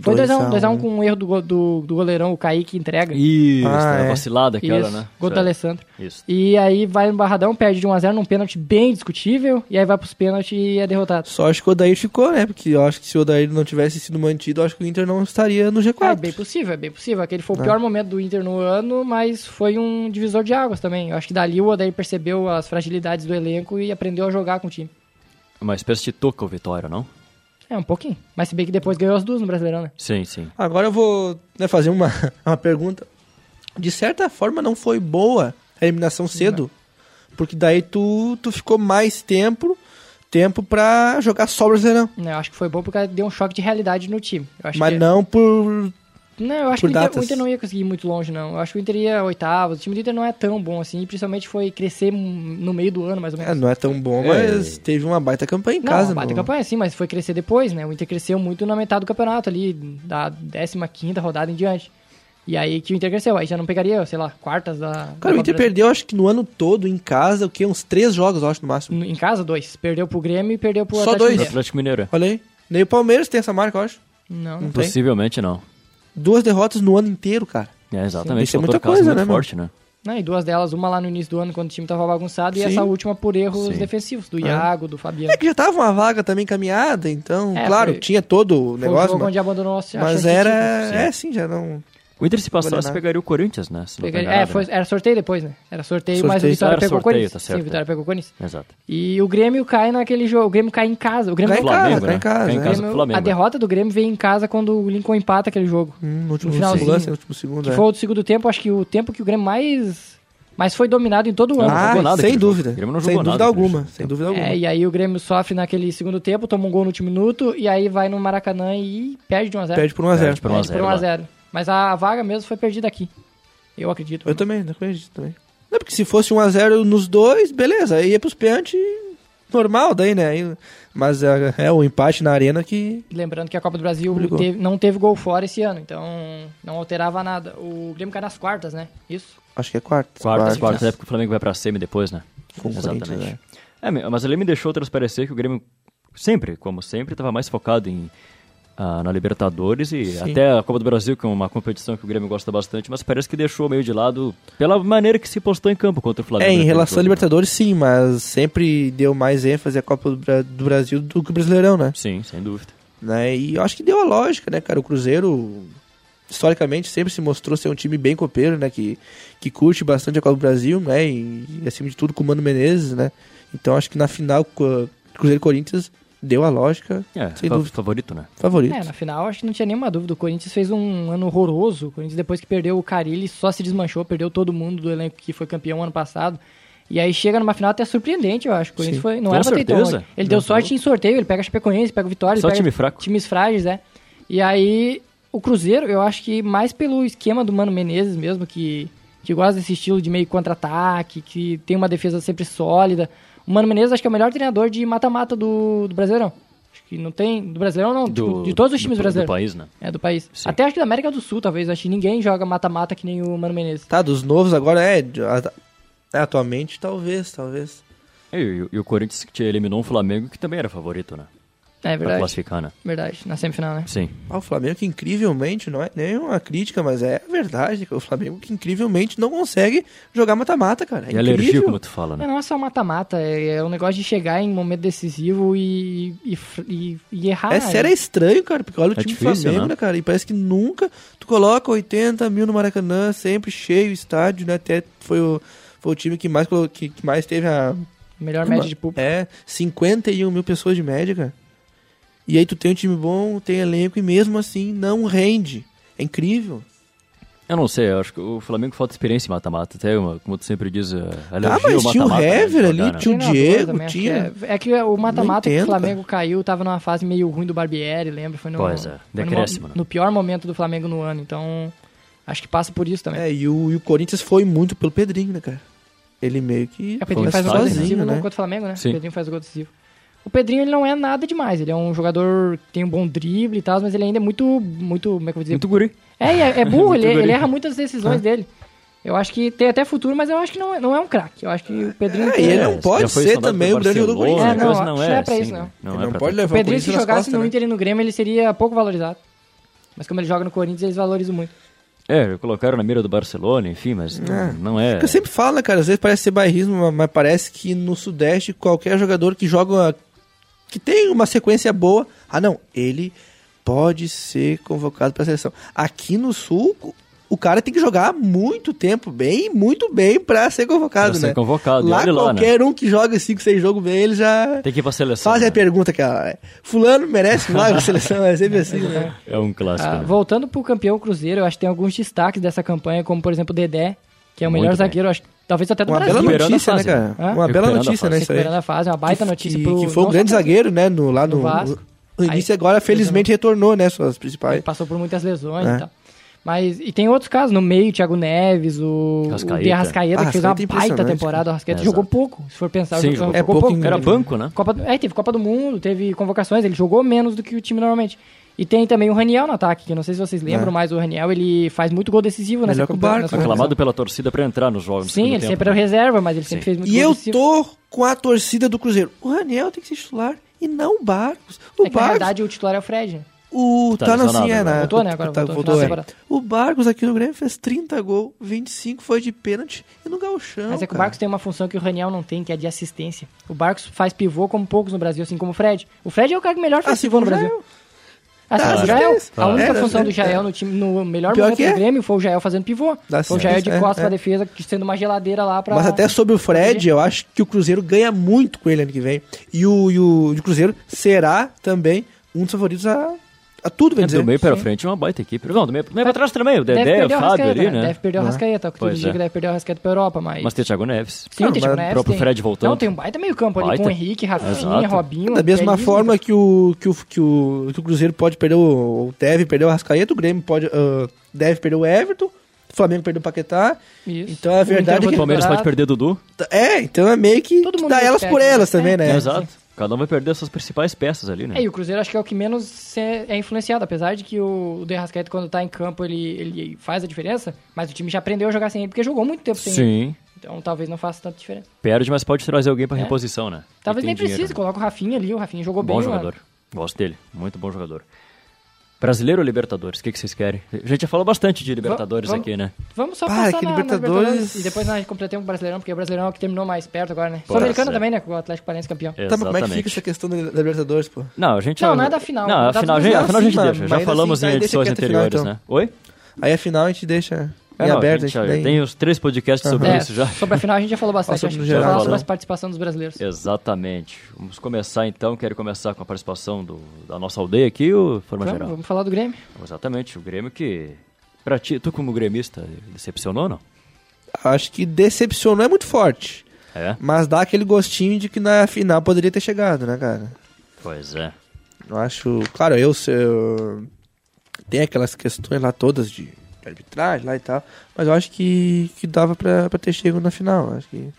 [SPEAKER 5] Foi 2x1,
[SPEAKER 2] né?
[SPEAKER 5] 2x1 com um erro do, go- do, do goleirão, o Kaique entrega.
[SPEAKER 3] Isso,
[SPEAKER 2] Ah,
[SPEAKER 3] né?
[SPEAKER 2] é.
[SPEAKER 3] vacilada aquela,
[SPEAKER 5] Isso,
[SPEAKER 3] né?
[SPEAKER 5] gol do Alessandro.
[SPEAKER 3] Isso.
[SPEAKER 5] E aí vai no Barradão, perde de 1x0 num pênalti bem discutível, e aí vai pros pênaltis e é derrotado.
[SPEAKER 2] Só acho que o Odair ficou, né? Porque eu acho que se o Odair não tivesse sido mantido, eu acho que o Inter não estaria no
[SPEAKER 5] Ah, é
[SPEAKER 2] G4.
[SPEAKER 5] bem possível, é bem possível. Aquele foi o pior momento do Inter no ano, mas foi um divisor de águas também. Eu acho que dali o Odair percebeu as fragilidades do elenco e aprendeu a jogar com o time.
[SPEAKER 3] Uma espécie de toca o Vitória, não?
[SPEAKER 5] É, um pouquinho. Mas se bem que depois ganhou as duas no Brasileirão, né?
[SPEAKER 3] Sim, sim.
[SPEAKER 2] Agora eu vou né, fazer uma, uma pergunta. De certa forma, não foi boa a eliminação cedo, porque daí tu, tu ficou mais tempo tempo pra jogar só o Brasileirão.
[SPEAKER 5] Não, eu acho que foi bom porque deu um choque de realidade no time. Eu acho
[SPEAKER 2] Mas
[SPEAKER 5] que... é.
[SPEAKER 2] não por.
[SPEAKER 5] Não, eu acho que
[SPEAKER 2] por
[SPEAKER 5] o Inter, o
[SPEAKER 2] datas.
[SPEAKER 5] Inter não ia conseguir ir muito longe, não. Eu acho que o Inter ia oitavos. O time do Inter não é tão bom assim. E principalmente foi crescer hum, no meio do ano, mais ou menos.
[SPEAKER 2] É, não é tão bom, mas teve uma baita campanha em
[SPEAKER 5] Não,
[SPEAKER 2] casa.
[SPEAKER 5] a baita
[SPEAKER 2] no-
[SPEAKER 5] campanha sim, mas foi crescer depois, né? O Inter cresceu muito na metade do campeonato ali, da 15ª rodada em diante. E aí que o Inter cresceu. Aí já não pegaria, sei lá, quartas da... da
[SPEAKER 2] Cara, o
[SPEAKER 5] Copa
[SPEAKER 2] Inter
[SPEAKER 5] do Brasil.
[SPEAKER 2] perdeu, acho que no ano todo, em casa, o quê? Uns três jogos, eu acho, no máximo.
[SPEAKER 5] Em casa, dois. Perdeu pro Grêmio e perdeu pro
[SPEAKER 2] Só
[SPEAKER 5] Atlético
[SPEAKER 2] dois?
[SPEAKER 3] Do
[SPEAKER 5] Mineiro.
[SPEAKER 3] Atlético Mineiro, é.
[SPEAKER 2] Olha aí. Nem o Palmeiras tem essa marca, eu acho.
[SPEAKER 5] Não,
[SPEAKER 2] Não tem.
[SPEAKER 3] Possivelmente não.
[SPEAKER 2] Duas derrotas no ano inteiro, cara.
[SPEAKER 3] É, exatamente.
[SPEAKER 2] Isso é
[SPEAKER 3] um
[SPEAKER 2] muita
[SPEAKER 3] fator
[SPEAKER 2] coisa,
[SPEAKER 3] muito
[SPEAKER 2] né, mano?
[SPEAKER 3] forte, né?
[SPEAKER 5] Não, e duas delas, uma lá no início do ano, quando o time tava bagunçado, e
[SPEAKER 2] Sim.
[SPEAKER 5] essa última por erros
[SPEAKER 3] Sim.
[SPEAKER 5] defensivos, do
[SPEAKER 2] É.
[SPEAKER 5] Iago, do Fabiano.
[SPEAKER 2] É que já tava uma vaga também encaminhada, então,
[SPEAKER 5] É,
[SPEAKER 2] claro,
[SPEAKER 5] foi-
[SPEAKER 2] tinha todo o
[SPEAKER 5] Foi
[SPEAKER 2] negócio.
[SPEAKER 5] o jogo
[SPEAKER 2] mas-
[SPEAKER 5] onde abandonou a chance
[SPEAKER 2] Mas
[SPEAKER 5] de
[SPEAKER 2] era.
[SPEAKER 5] título.
[SPEAKER 2] É, sim, já não.
[SPEAKER 3] O Inter se passasse
[SPEAKER 2] Guaraná.
[SPEAKER 3] pegaria o Corinthians, né? Se não
[SPEAKER 5] Pegaria-
[SPEAKER 3] pegar
[SPEAKER 5] é,
[SPEAKER 3] nada,
[SPEAKER 5] foi-
[SPEAKER 3] né?
[SPEAKER 5] era sorteio depois, né? Era sorteio, mas o
[SPEAKER 2] Sorteio.
[SPEAKER 5] Vitória
[SPEAKER 3] Era
[SPEAKER 5] pegou o
[SPEAKER 3] sorteio,
[SPEAKER 5] Corinthians.
[SPEAKER 3] tá certo,
[SPEAKER 5] Sim, o Vitória pegou o Corinthians.
[SPEAKER 3] Exato.
[SPEAKER 5] E o Grêmio cai naquele jogo. O Grêmio cai em casa. O Grêmio
[SPEAKER 2] Cai em
[SPEAKER 5] não-
[SPEAKER 2] casa,
[SPEAKER 3] Flamengo,
[SPEAKER 2] tá
[SPEAKER 3] né?
[SPEAKER 2] em casa,
[SPEAKER 3] Fica em
[SPEAKER 2] né?
[SPEAKER 3] casa
[SPEAKER 5] Grêmio-
[SPEAKER 3] do Flamengo.
[SPEAKER 5] a derrota do Grêmio veio em casa quando o Lincoln empata aquele jogo.
[SPEAKER 2] Hum, no último
[SPEAKER 5] No
[SPEAKER 2] segundo
[SPEAKER 5] finalzinho.
[SPEAKER 2] lance, no último segundo.
[SPEAKER 5] Que
[SPEAKER 2] é.
[SPEAKER 5] foi o do segundo tempo, acho que o tempo que o Grêmio mais, mais foi dominado em todo o ano.
[SPEAKER 3] jogou
[SPEAKER 2] Ah,
[SPEAKER 3] nada aquele
[SPEAKER 2] sem
[SPEAKER 3] jogo.
[SPEAKER 2] dúvida.
[SPEAKER 3] O Grêmio não
[SPEAKER 2] Sem
[SPEAKER 3] jogou nada
[SPEAKER 2] dúvida
[SPEAKER 3] aquele
[SPEAKER 2] alguma.
[SPEAKER 3] jogo. né?
[SPEAKER 2] Sem dúvida alguma.
[SPEAKER 5] É, e aí o Grêmio sofre naquele segundo tempo, toma um gol no último minuto, e aí vai no Maracanã e perde de 1x0.
[SPEAKER 2] Perde por 1x0.
[SPEAKER 3] por 1 a 0 lá.
[SPEAKER 5] 1x0. Mas a vaga mesmo foi perdida aqui. Eu acredito.
[SPEAKER 2] Eu também, não acredito também. Não, porque se fosse 1x0 nos dois, beleza, aí ia pros pênaltis, normal daí, né? Aí- mas é, é o empate na arena que...
[SPEAKER 5] Lembrando que a Copa do Brasil
[SPEAKER 2] Complicou.
[SPEAKER 5] teve- não teve gol fora esse ano, então não alterava nada. O Grêmio cai nas quartas, né? Isso.
[SPEAKER 2] Acho que é quarto.
[SPEAKER 3] Quartas, quartas, é porque o Flamengo vai pra semi depois, né?
[SPEAKER 2] Com o Corinthians, né?
[SPEAKER 3] É, me- mas ele me deixou transparecer que o Grêmio sempre, como sempre, estava mais focado em ah, na Libertadores e
[SPEAKER 2] Sim.
[SPEAKER 3] até a Copa do Brasil, que é uma competição que o Grêmio gosta bastante, mas parece que deixou meio de lado pela maneira que se postou em campo contra o Flamengo.
[SPEAKER 2] É, em
[SPEAKER 3] naquele
[SPEAKER 2] relação
[SPEAKER 3] jogo,
[SPEAKER 2] à
[SPEAKER 3] né?
[SPEAKER 2] Libertadores, sim, mas sempre deu mais ênfase à Copa do, Bra- do Brasil do que o Brasileirão, né?
[SPEAKER 3] Sim, sem dúvida.
[SPEAKER 2] né? E eu acho que deu a lógica, né, cara? O Cruzeiro, historicamente, sempre se mostrou ser um time bem copeiro, né? Que, que curte bastante a Copa do Brasil, né? E, e, acima de tudo, com o Mano Menezes, né? Então acho que na final, co- Cruzeiro e Corinthians, deu a lógica
[SPEAKER 3] É,
[SPEAKER 2] Sem
[SPEAKER 3] fa-
[SPEAKER 2] dúvida.
[SPEAKER 3] favorito, né?
[SPEAKER 2] favorito.
[SPEAKER 5] É, na final acho que não tinha nenhuma dúvida. O Corinthians fez um ano horroroso. O Corinthians, depois que perdeu o Carilli, só se desmanchou, perdeu todo mundo do elenco que foi campeão ano passado. E aí chega numa final até surpreendente, eu acho. O Corinthians
[SPEAKER 2] Sim.
[SPEAKER 5] foi, não
[SPEAKER 3] Com
[SPEAKER 5] era pra ter ido
[SPEAKER 3] certeza.
[SPEAKER 5] longe. Ele deu sorte em sorteio, ele pega a Chapecoense, pega o Vitória,
[SPEAKER 3] Só
[SPEAKER 5] ele pega
[SPEAKER 3] time fraco.
[SPEAKER 5] times frágeis, né? E aí o Cruzeiro, eu acho que mais pelo esquema do Mano Menezes mesmo, que, que gosta desse estilo de meio contra-ataque, que tem uma defesa sempre sólida. O Mano Menezes acho que é o melhor treinador de mata-mata do, do Brasileirão. Acho que não tem. Do Brasileirão não, tipo, de todos os times
[SPEAKER 3] do,
[SPEAKER 5] brasileiros.
[SPEAKER 3] Do país, né?
[SPEAKER 5] É, do país.
[SPEAKER 3] Sim.
[SPEAKER 5] Até acho que da América do Sul, talvez. Acho que ninguém joga mata-mata que nem o Mano Menezes.
[SPEAKER 2] Tá, dos novos agora é. a- a- Atualmente, talvez, talvez.
[SPEAKER 3] E, e- e o Corinthians que te eliminou um Flamengo que também era favorito, né?
[SPEAKER 5] É
[SPEAKER 2] Tá
[SPEAKER 3] Pra
[SPEAKER 5] verdade.
[SPEAKER 3] classificar, né?
[SPEAKER 5] Verdade. Na semifinal, né?
[SPEAKER 3] Sim.
[SPEAKER 2] Ah, o Flamengo que incrivelmente, não é nenhuma crítica, mas é verdade, cara. O Flamengo que incrivelmente não consegue jogar mata-mata, cara. É
[SPEAKER 3] e alergia,
[SPEAKER 2] incrível.
[SPEAKER 3] como tu fala,
[SPEAKER 5] É,
[SPEAKER 3] né?
[SPEAKER 5] não é só mata-mata, é, é um negócio de chegar em momento decisivo e, e, e, e errar. né?
[SPEAKER 2] É sério, é estranho, cara, porque olha o
[SPEAKER 3] É
[SPEAKER 2] time do
[SPEAKER 3] difícil,
[SPEAKER 2] Flamengo,
[SPEAKER 3] né?
[SPEAKER 2] né? cara? E parece que nunca. Tu coloca 80 mil no Maracanã, sempre cheio o estádio, né? Até foi o, foi o time que mais, colo- que, que mais teve a.
[SPEAKER 5] Melhor média de público.
[SPEAKER 2] É, 51 mil pessoas de média, cara. E aí tu tem um time bom, tem elenco e mesmo assim não rende. É incrível.
[SPEAKER 3] Eu não sei, eu acho que o Flamengo falta experiência em mata-mata. Até, uma- como tu sempre diz, eh, alergia
[SPEAKER 2] Ah, mas
[SPEAKER 3] ao
[SPEAKER 2] tinha o
[SPEAKER 3] mata-mata, né, de
[SPEAKER 2] Hever
[SPEAKER 3] jogar,
[SPEAKER 2] ali,
[SPEAKER 3] né?
[SPEAKER 2] tinha o
[SPEAKER 5] Treinador
[SPEAKER 2] Diego,
[SPEAKER 5] também, acho
[SPEAKER 2] tinha.
[SPEAKER 5] que É, é que o mata-mata que
[SPEAKER 2] entendo,
[SPEAKER 5] o Flamengo caiu, tava numa fase meio ruim do Barbieri, lembra? Foi no,
[SPEAKER 3] Pois é,
[SPEAKER 5] foi no-
[SPEAKER 3] decréscimo, né?
[SPEAKER 5] no pior momento do Flamengo no ano, então acho que passa por isso também.
[SPEAKER 2] É, e o, e o Corinthians foi muito pelo Pedrinho, né, cara? Ele meio que.
[SPEAKER 5] É, o Pedrinho faz o
[SPEAKER 3] um
[SPEAKER 5] gol
[SPEAKER 3] destaque,
[SPEAKER 5] decisivo
[SPEAKER 2] sozinho,
[SPEAKER 5] no
[SPEAKER 2] né?
[SPEAKER 5] contra o Flamengo, né?
[SPEAKER 3] Sim.
[SPEAKER 5] O Pedrinho faz o gol decisivo. O Pedrinho ele não é nada demais, ele é um jogador que tem um bom drible e tal, mas ele ainda é muito, muito, como é que eu vou dizer?
[SPEAKER 3] Muito guri.
[SPEAKER 5] É, e é, é burro,
[SPEAKER 3] Muito
[SPEAKER 5] ele,
[SPEAKER 3] guri. É.
[SPEAKER 5] ele erra muitas decisões dele. Eu acho que tem até futuro, mas eu acho que não, é- não é um craque. Eu acho que o Pedrinho...
[SPEAKER 2] É,
[SPEAKER 5] tem-
[SPEAKER 2] e ele
[SPEAKER 3] É,
[SPEAKER 2] não pode
[SPEAKER 3] já foi
[SPEAKER 2] ser
[SPEAKER 3] sondado
[SPEAKER 2] também
[SPEAKER 3] pelo
[SPEAKER 2] o grande jogador do
[SPEAKER 3] Barcelona,
[SPEAKER 5] Corinthians.
[SPEAKER 3] coisa
[SPEAKER 5] É, não,
[SPEAKER 3] não
[SPEAKER 5] acho
[SPEAKER 3] é,
[SPEAKER 5] que não é pra
[SPEAKER 3] assim,
[SPEAKER 5] isso, não.
[SPEAKER 3] né?
[SPEAKER 2] Ele
[SPEAKER 3] é
[SPEAKER 2] não
[SPEAKER 3] pra
[SPEAKER 2] pode
[SPEAKER 3] tanto.
[SPEAKER 5] O
[SPEAKER 2] levar o
[SPEAKER 5] Pedrinho, se
[SPEAKER 2] Corinthians nas
[SPEAKER 5] jogasse
[SPEAKER 2] costas,
[SPEAKER 5] no
[SPEAKER 2] né?
[SPEAKER 5] Inter e no Grêmio, ele seria pouco valorizado. Mas como ele joga no Corinthians, eles valorizam muito.
[SPEAKER 3] É, colocaram na mira do Barcelona, enfim, mas não, não é.
[SPEAKER 2] É. Eu sempre falo, né, cara, às vezes parece ser bairrismo, ma- mas parece que no Sudeste qualquer jogador que joga que tem uma sequência boa, ah não, ele pode ser convocado para a seleção. Aqui no Sul, o- o cara tem que jogar muito tempo, bem, muito bem para ser convocado,
[SPEAKER 3] Pra
[SPEAKER 2] né?
[SPEAKER 3] ser convocado, e
[SPEAKER 2] Lá
[SPEAKER 3] olha lá, né?
[SPEAKER 2] qualquer um que joga 5, 6 jogos bem, ele já
[SPEAKER 3] Tem que ir pra seleção.
[SPEAKER 2] faz
[SPEAKER 3] né?
[SPEAKER 2] a pergunta que é, fulano merece vaga na seleção, é sempre assim, né?
[SPEAKER 3] É um clássico.
[SPEAKER 5] Ah,
[SPEAKER 3] né?
[SPEAKER 5] voltando pro campeão Cruzeiro, eu acho que tem alguns destaques dessa campanha, como por exemplo o Dedé, que é o
[SPEAKER 3] Muito
[SPEAKER 5] melhor
[SPEAKER 3] bem.
[SPEAKER 5] zagueiro, acho, que- talvez até do
[SPEAKER 2] Uma
[SPEAKER 5] Brasil.
[SPEAKER 2] bela
[SPEAKER 3] Recuperando a
[SPEAKER 2] notícia, né,
[SPEAKER 3] fase, né?
[SPEAKER 2] cara?
[SPEAKER 5] Hã?
[SPEAKER 2] Uma bela
[SPEAKER 3] Recuperando a
[SPEAKER 2] notícia, né,
[SPEAKER 5] Tá
[SPEAKER 2] isso aí.
[SPEAKER 5] recuperando a fase, uma baita notícia
[SPEAKER 2] que,
[SPEAKER 5] pro...
[SPEAKER 2] que foi um
[SPEAKER 5] não
[SPEAKER 2] grande
[SPEAKER 5] só pro-
[SPEAKER 2] zagueiro, né? No, lá
[SPEAKER 5] no
[SPEAKER 2] no,
[SPEAKER 5] Vasco.
[SPEAKER 2] no início agora, felizmente, retornou, né? Suas
[SPEAKER 5] Ele
[SPEAKER 2] principais.
[SPEAKER 5] passou por muitas lesões
[SPEAKER 2] É.
[SPEAKER 5] e tal. Mas, e tem outros casos, no meio, o Thiago Neves, o,
[SPEAKER 3] Rascaeta.
[SPEAKER 5] o De Rascaeta,
[SPEAKER 2] Ah,
[SPEAKER 5] que fez uma
[SPEAKER 2] Rascaeta é
[SPEAKER 5] baita
[SPEAKER 2] impressionante,
[SPEAKER 5] temporada, o Rascaeta
[SPEAKER 3] É,
[SPEAKER 5] jogou
[SPEAKER 3] exato.
[SPEAKER 5] pouco, se for pensar,
[SPEAKER 3] Sim,
[SPEAKER 5] jogou,
[SPEAKER 3] jogou
[SPEAKER 5] jogou
[SPEAKER 2] pouco.
[SPEAKER 5] pouco.
[SPEAKER 3] Era banco, né?
[SPEAKER 5] Copa do- é, teve Copa do Mundo, teve convocações, ele jogou menos do que o time normalmente. E tem também o Raniel no ataque, que eu não sei se vocês lembram,
[SPEAKER 2] É.
[SPEAKER 5] mas o Raniel ele faz muito gol decisivo nessa
[SPEAKER 2] Melhor que o
[SPEAKER 5] campanha-
[SPEAKER 2] Barco, né?
[SPEAKER 5] nessa competição.
[SPEAKER 3] Aclamado pela torcida pra entrar nos jogos. no
[SPEAKER 5] Sim,
[SPEAKER 3] segundo
[SPEAKER 5] ele
[SPEAKER 3] tempo,
[SPEAKER 5] sempre era o
[SPEAKER 3] né?
[SPEAKER 5] reserva, mas ele sempre
[SPEAKER 3] Sim.
[SPEAKER 5] fez muito
[SPEAKER 2] E
[SPEAKER 5] gol
[SPEAKER 2] eu
[SPEAKER 5] decisivo.
[SPEAKER 2] tô com a torcida do Cruzeiro. O Raniel tem que ser titular e não o Barcos. O
[SPEAKER 5] É que, na
[SPEAKER 2] Barcos.
[SPEAKER 5] verdade o titular é o Fred. né?
[SPEAKER 2] o
[SPEAKER 3] Tá
[SPEAKER 2] tá não,
[SPEAKER 3] lesionado
[SPEAKER 2] sim, é,
[SPEAKER 3] agora.
[SPEAKER 2] na-
[SPEAKER 5] Voltou, né, agora,
[SPEAKER 2] tá,
[SPEAKER 5] voltou no
[SPEAKER 2] voltou,
[SPEAKER 5] final da
[SPEAKER 2] é. O Barcos aqui no Grêmio fez 30 gols, 25 foi de pênalti e no Gauchão.
[SPEAKER 5] Mas é que o
[SPEAKER 2] cara.
[SPEAKER 5] Barcos tem uma função que o Raniel não tem, que é de assistência. O Barcos faz pivô como poucos no Brasil, assim como o Fred. O Fred é o cara que melhor faz
[SPEAKER 2] Ah, se
[SPEAKER 5] pivô
[SPEAKER 2] for
[SPEAKER 5] no
[SPEAKER 2] já
[SPEAKER 5] Brasil.
[SPEAKER 2] eu.
[SPEAKER 5] Assim,
[SPEAKER 2] Ah,
[SPEAKER 5] o Jael,
[SPEAKER 2] esquece.
[SPEAKER 5] a única
[SPEAKER 2] É,
[SPEAKER 5] função
[SPEAKER 2] é,
[SPEAKER 5] do Jael no time, no melhor
[SPEAKER 2] Pior
[SPEAKER 5] momento
[SPEAKER 2] que é.
[SPEAKER 5] do Grêmio foi o Jael fazendo pivô.
[SPEAKER 2] Dá
[SPEAKER 5] foi o
[SPEAKER 2] certo.
[SPEAKER 5] Jael de
[SPEAKER 2] É,
[SPEAKER 5] costas
[SPEAKER 2] é.
[SPEAKER 5] pra defesa, sendo uma geladeira lá pra.
[SPEAKER 2] Mas até sobre o Fred, eu acho que o Cruzeiro ganha muito com ele ano que vem. E o, e o, e o Cruzeiro será também um dos favoritos a, a tudo, vem
[SPEAKER 3] Do
[SPEAKER 2] dizer.
[SPEAKER 3] meio pra frente é uma baita equipe. Não, do meio, do meio pra trás também. O
[SPEAKER 5] Deve
[SPEAKER 3] Dedé, o
[SPEAKER 5] perder o
[SPEAKER 3] Fábio
[SPEAKER 5] Rascaeta,
[SPEAKER 3] ali, né?
[SPEAKER 5] Deve perder o
[SPEAKER 2] Né?
[SPEAKER 5] Rascaeta, o que tu
[SPEAKER 3] Pois
[SPEAKER 5] diz
[SPEAKER 3] é.
[SPEAKER 5] que deve perder o Rascaeta pra Europa, mas.
[SPEAKER 3] Mas tem o Thiago Neves.
[SPEAKER 5] Sim,
[SPEAKER 2] Não,
[SPEAKER 5] tem
[SPEAKER 2] mas
[SPEAKER 5] Thiago Neves,
[SPEAKER 3] o próprio
[SPEAKER 5] tem-
[SPEAKER 3] Fred voltando.
[SPEAKER 5] Não, tem um baita meio campo ali
[SPEAKER 3] Baita.
[SPEAKER 5] com o Henrique, Rafinha,
[SPEAKER 3] Exato.
[SPEAKER 5] Robinho.
[SPEAKER 2] Da mesma
[SPEAKER 5] Pelini.
[SPEAKER 2] forma que o, que, o, que, o, que o Cruzeiro pode perder o, o Teve, perdeu o Rascaeta, o Grêmio pode, ah, deve perder o Everton, o Flamengo perdeu o Paquetá.
[SPEAKER 5] Isso.
[SPEAKER 2] Então a
[SPEAKER 5] O Inter
[SPEAKER 2] verdade é
[SPEAKER 5] vai
[SPEAKER 3] O
[SPEAKER 2] que.
[SPEAKER 3] Palmeiras
[SPEAKER 5] Dourado.
[SPEAKER 3] pode perder Dudu.
[SPEAKER 2] É, então é meio que
[SPEAKER 5] Todo mundo
[SPEAKER 2] dá
[SPEAKER 5] é
[SPEAKER 2] elas por
[SPEAKER 5] técnico,
[SPEAKER 2] elas
[SPEAKER 5] né?
[SPEAKER 2] também, né?
[SPEAKER 5] É,
[SPEAKER 3] Exato. Cada um vai perder as suas principais peças ali, né?
[SPEAKER 5] É, e o Cruzeiro acho que é o que menos se- é influenciado, apesar de que o o De Rascaeta, quando tá em campo, ele, ele faz a diferença, mas o time já aprendeu a jogar sem ele, porque jogou muito tempo sem ele.
[SPEAKER 3] Sim.
[SPEAKER 5] Então talvez não faça tanta diferença.
[SPEAKER 3] Perde, mas pode trazer alguém pra
[SPEAKER 5] É.
[SPEAKER 3] reposição, né?
[SPEAKER 5] Talvez
[SPEAKER 3] E
[SPEAKER 5] nem
[SPEAKER 3] tem
[SPEAKER 5] precise,
[SPEAKER 3] dinheiro, né?
[SPEAKER 5] coloca o Rafinha ali, o Rafinha jogou
[SPEAKER 3] Bom
[SPEAKER 5] bem.
[SPEAKER 3] jogador.
[SPEAKER 5] Mano.
[SPEAKER 3] Gosto dele. Muito bom jogador. Brasileiro ou Libertadores? O que, que vocês querem? A gente já falou bastante de Libertadores
[SPEAKER 5] vamos-
[SPEAKER 2] Tá,
[SPEAKER 3] aqui, né?
[SPEAKER 5] Vamos só
[SPEAKER 2] Para,
[SPEAKER 5] passar
[SPEAKER 2] que
[SPEAKER 5] na, na
[SPEAKER 2] Libertadores-
[SPEAKER 5] E depois nós completamos o Brasileirão, porque o Brasileirão é o que terminou mais perto agora, né?
[SPEAKER 3] Pode
[SPEAKER 5] Sul-Americana
[SPEAKER 3] ser.
[SPEAKER 5] também, né? Com o Atlético Paranaense campeão.
[SPEAKER 2] Tá, mas como é que
[SPEAKER 3] Exatamente.
[SPEAKER 2] fica essa questão da da Libertadores, pô?
[SPEAKER 3] Não, a gente
[SPEAKER 5] Não,
[SPEAKER 3] já-
[SPEAKER 5] não é da final.
[SPEAKER 3] Não, a
[SPEAKER 5] Tá
[SPEAKER 3] final, a
[SPEAKER 5] tudo
[SPEAKER 3] gente- a
[SPEAKER 2] bem.
[SPEAKER 3] final a gente
[SPEAKER 2] Não, sim,
[SPEAKER 3] deixa.
[SPEAKER 2] mas
[SPEAKER 3] Já
[SPEAKER 2] ainda
[SPEAKER 3] falamos
[SPEAKER 2] assim,
[SPEAKER 3] em
[SPEAKER 2] tá, deixa
[SPEAKER 3] edições
[SPEAKER 2] quieto a final,
[SPEAKER 3] anteriores,
[SPEAKER 2] então.
[SPEAKER 3] né? Oi?
[SPEAKER 2] Aí afinal a gente deixa
[SPEAKER 3] É,
[SPEAKER 2] em
[SPEAKER 3] não,
[SPEAKER 2] aberto,
[SPEAKER 3] a
[SPEAKER 2] a
[SPEAKER 3] gente
[SPEAKER 2] gente,
[SPEAKER 3] já-
[SPEAKER 2] nem-
[SPEAKER 3] tem os três podcasts sobre
[SPEAKER 5] É,
[SPEAKER 3] isso já.
[SPEAKER 5] Sobre a final a gente já falou bastante.
[SPEAKER 2] Nossa,
[SPEAKER 5] Acho
[SPEAKER 2] no
[SPEAKER 5] que já
[SPEAKER 2] geral,
[SPEAKER 5] falou sobre
[SPEAKER 3] né?
[SPEAKER 5] a participação dos brasileiros.
[SPEAKER 3] Exatamente. Vamos começar então. Quero começar com a participação do- da nossa aldeia aqui, o Forma
[SPEAKER 5] Vamos,
[SPEAKER 3] Geral.
[SPEAKER 5] vamos falar do Grêmio.
[SPEAKER 3] Exatamente. O Grêmio que. Pra ti, tu como gremista, decepcionou, não?
[SPEAKER 2] Acho que decepcionou é muito forte.
[SPEAKER 3] É?
[SPEAKER 2] Mas dá aquele gostinho de que na final poderia ter chegado, né, cara?
[SPEAKER 3] Pois é.
[SPEAKER 2] Eu acho. Claro, eu, se- eu- tem aquelas questões lá todas de, de arbitragem lá e tal. Mas eu acho que, que dava pra, pra ter chego na final. Acho que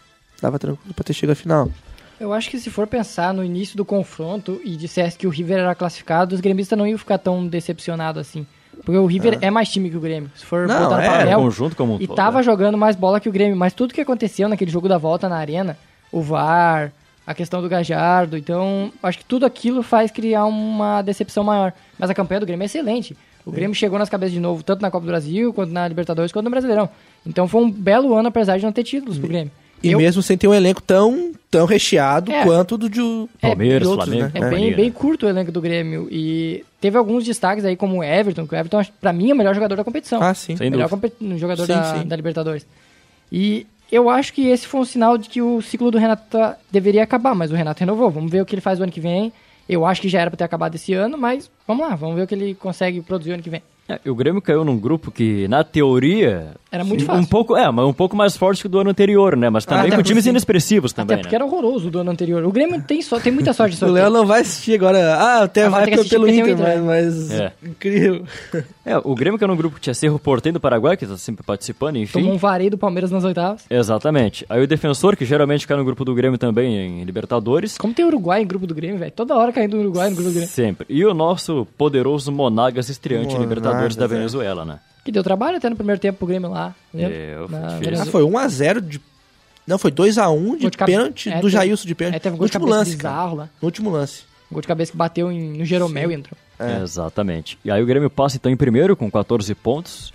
[SPEAKER 2] dava tranquilo pra ter chego à final.
[SPEAKER 5] Eu acho que se for pensar no início do confronto e dissesse que o River era classificado, os gremistas não iam ficar tão decepcionados assim. Porque o River é, mais time que o Grêmio. Se for
[SPEAKER 2] Não,
[SPEAKER 5] botar no
[SPEAKER 2] é,
[SPEAKER 3] É, o
[SPEAKER 5] papel,
[SPEAKER 3] conjunto como um
[SPEAKER 5] e
[SPEAKER 3] todo,
[SPEAKER 5] tava
[SPEAKER 3] né?
[SPEAKER 5] jogando mais bola que o Grêmio. Mas tudo que aconteceu naquele jogo da volta na arena, o VAR, a questão do Gajardo, então acho que tudo aquilo faz criar uma decepção maior. Mas a campanha do Grêmio é excelente. O Grêmio chegou nas cabeças de novo, tanto na Copa do Brasil, quanto na Libertadores, quanto no Brasileirão. Então foi um belo ano, apesar de não ter títulos pro Grêmio.
[SPEAKER 2] E
[SPEAKER 5] Eu-
[SPEAKER 2] mesmo sem ter um elenco tão, tão recheado
[SPEAKER 5] É.
[SPEAKER 2] quanto do de o-
[SPEAKER 5] É,
[SPEAKER 3] Palmeiras,
[SPEAKER 2] de outros,
[SPEAKER 3] Flamengo.
[SPEAKER 5] É
[SPEAKER 2] né?
[SPEAKER 5] bem,
[SPEAKER 3] companhia,
[SPEAKER 5] bem
[SPEAKER 3] né?
[SPEAKER 5] curto o elenco do Grêmio. E teve alguns destaques aí, como o Everton, que o Everton, pra mim, é o melhor jogador da competição.
[SPEAKER 2] Ah, sim.
[SPEAKER 3] Sem
[SPEAKER 5] melhor
[SPEAKER 3] dúvida.
[SPEAKER 5] competi- jogador
[SPEAKER 2] Sim,
[SPEAKER 5] da,
[SPEAKER 2] sim.
[SPEAKER 5] da Libertadores. E eu acho que esse foi um sinal de que o ciclo do Renato tá- deveria acabar, mas o Renato renovou. Vamos ver o que ele faz o ano que vem. Eu acho que já era pra ter acabado esse ano, mas vamos lá, vamos ver o que ele consegue produzir o ano que vem.
[SPEAKER 3] É, o Grêmio caiu num grupo que, na teoria.
[SPEAKER 5] Era muito
[SPEAKER 3] um
[SPEAKER 5] fácil. Ah,
[SPEAKER 3] pouco, é, mas um pouco mais forte que o do ano anterior, né? Mas também
[SPEAKER 2] até
[SPEAKER 3] com
[SPEAKER 2] porque
[SPEAKER 3] times
[SPEAKER 2] sim.
[SPEAKER 3] inexpressivos também.
[SPEAKER 5] Até porque
[SPEAKER 3] né?
[SPEAKER 5] era horroroso o do ano anterior. O Grêmio tem, só, tem muita sorte de
[SPEAKER 2] O
[SPEAKER 5] sorteio.
[SPEAKER 2] Léo não vai assistir agora. Ah, até
[SPEAKER 5] Agora
[SPEAKER 2] vai
[SPEAKER 5] tem que
[SPEAKER 2] pelo,
[SPEAKER 5] assistir
[SPEAKER 2] pelo
[SPEAKER 5] porque
[SPEAKER 2] Inter,
[SPEAKER 5] tem o Inter,
[SPEAKER 2] mas, mas
[SPEAKER 3] É.
[SPEAKER 2] incrível.
[SPEAKER 5] um-
[SPEAKER 3] É, o Grêmio caiu num grupo que tinha Cerro Porteiro do Paraguai, que tá sempre participando, enfim.
[SPEAKER 5] Tomou um vareio do Palmeiras nas oitavas.
[SPEAKER 3] Exatamente. Aí o defensor, que geralmente cai no grupo do Grêmio também em Libertadores.
[SPEAKER 5] Como tem Uruguai em grupo do Grêmio, velho. Toda hora caindo o Uruguai no grupo do Grêmio.
[SPEAKER 3] Sempre. E o nosso poderoso Monagas estreante em
[SPEAKER 2] Monagas,
[SPEAKER 3] Libertadores da
[SPEAKER 2] é.
[SPEAKER 3] Venezuela, né?
[SPEAKER 5] Que deu trabalho até no primeiro tempo pro Grêmio lá. lembra?
[SPEAKER 3] Deu,
[SPEAKER 5] Na
[SPEAKER 3] foi É, difícil.
[SPEAKER 5] Venezuela.
[SPEAKER 2] Ah, foi 1x0 de. Não, Ah, foi 2x1 de,
[SPEAKER 5] Gol de cabe-
[SPEAKER 2] pênalti
[SPEAKER 5] É,
[SPEAKER 2] do
[SPEAKER 5] teve-
[SPEAKER 2] Jailson de pênalti.
[SPEAKER 5] Aí teve um
[SPEAKER 2] no
[SPEAKER 5] gol de
[SPEAKER 2] último
[SPEAKER 5] cabeça
[SPEAKER 2] lance, cara.
[SPEAKER 5] bizarro lá.
[SPEAKER 2] No último lance.
[SPEAKER 5] Um gol de cabeça que bateu em- no Jeromel e entrou.
[SPEAKER 3] É
[SPEAKER 2] É.
[SPEAKER 3] Exatamente. E aí o Grêmio passa então em primeiro com 14 pontos.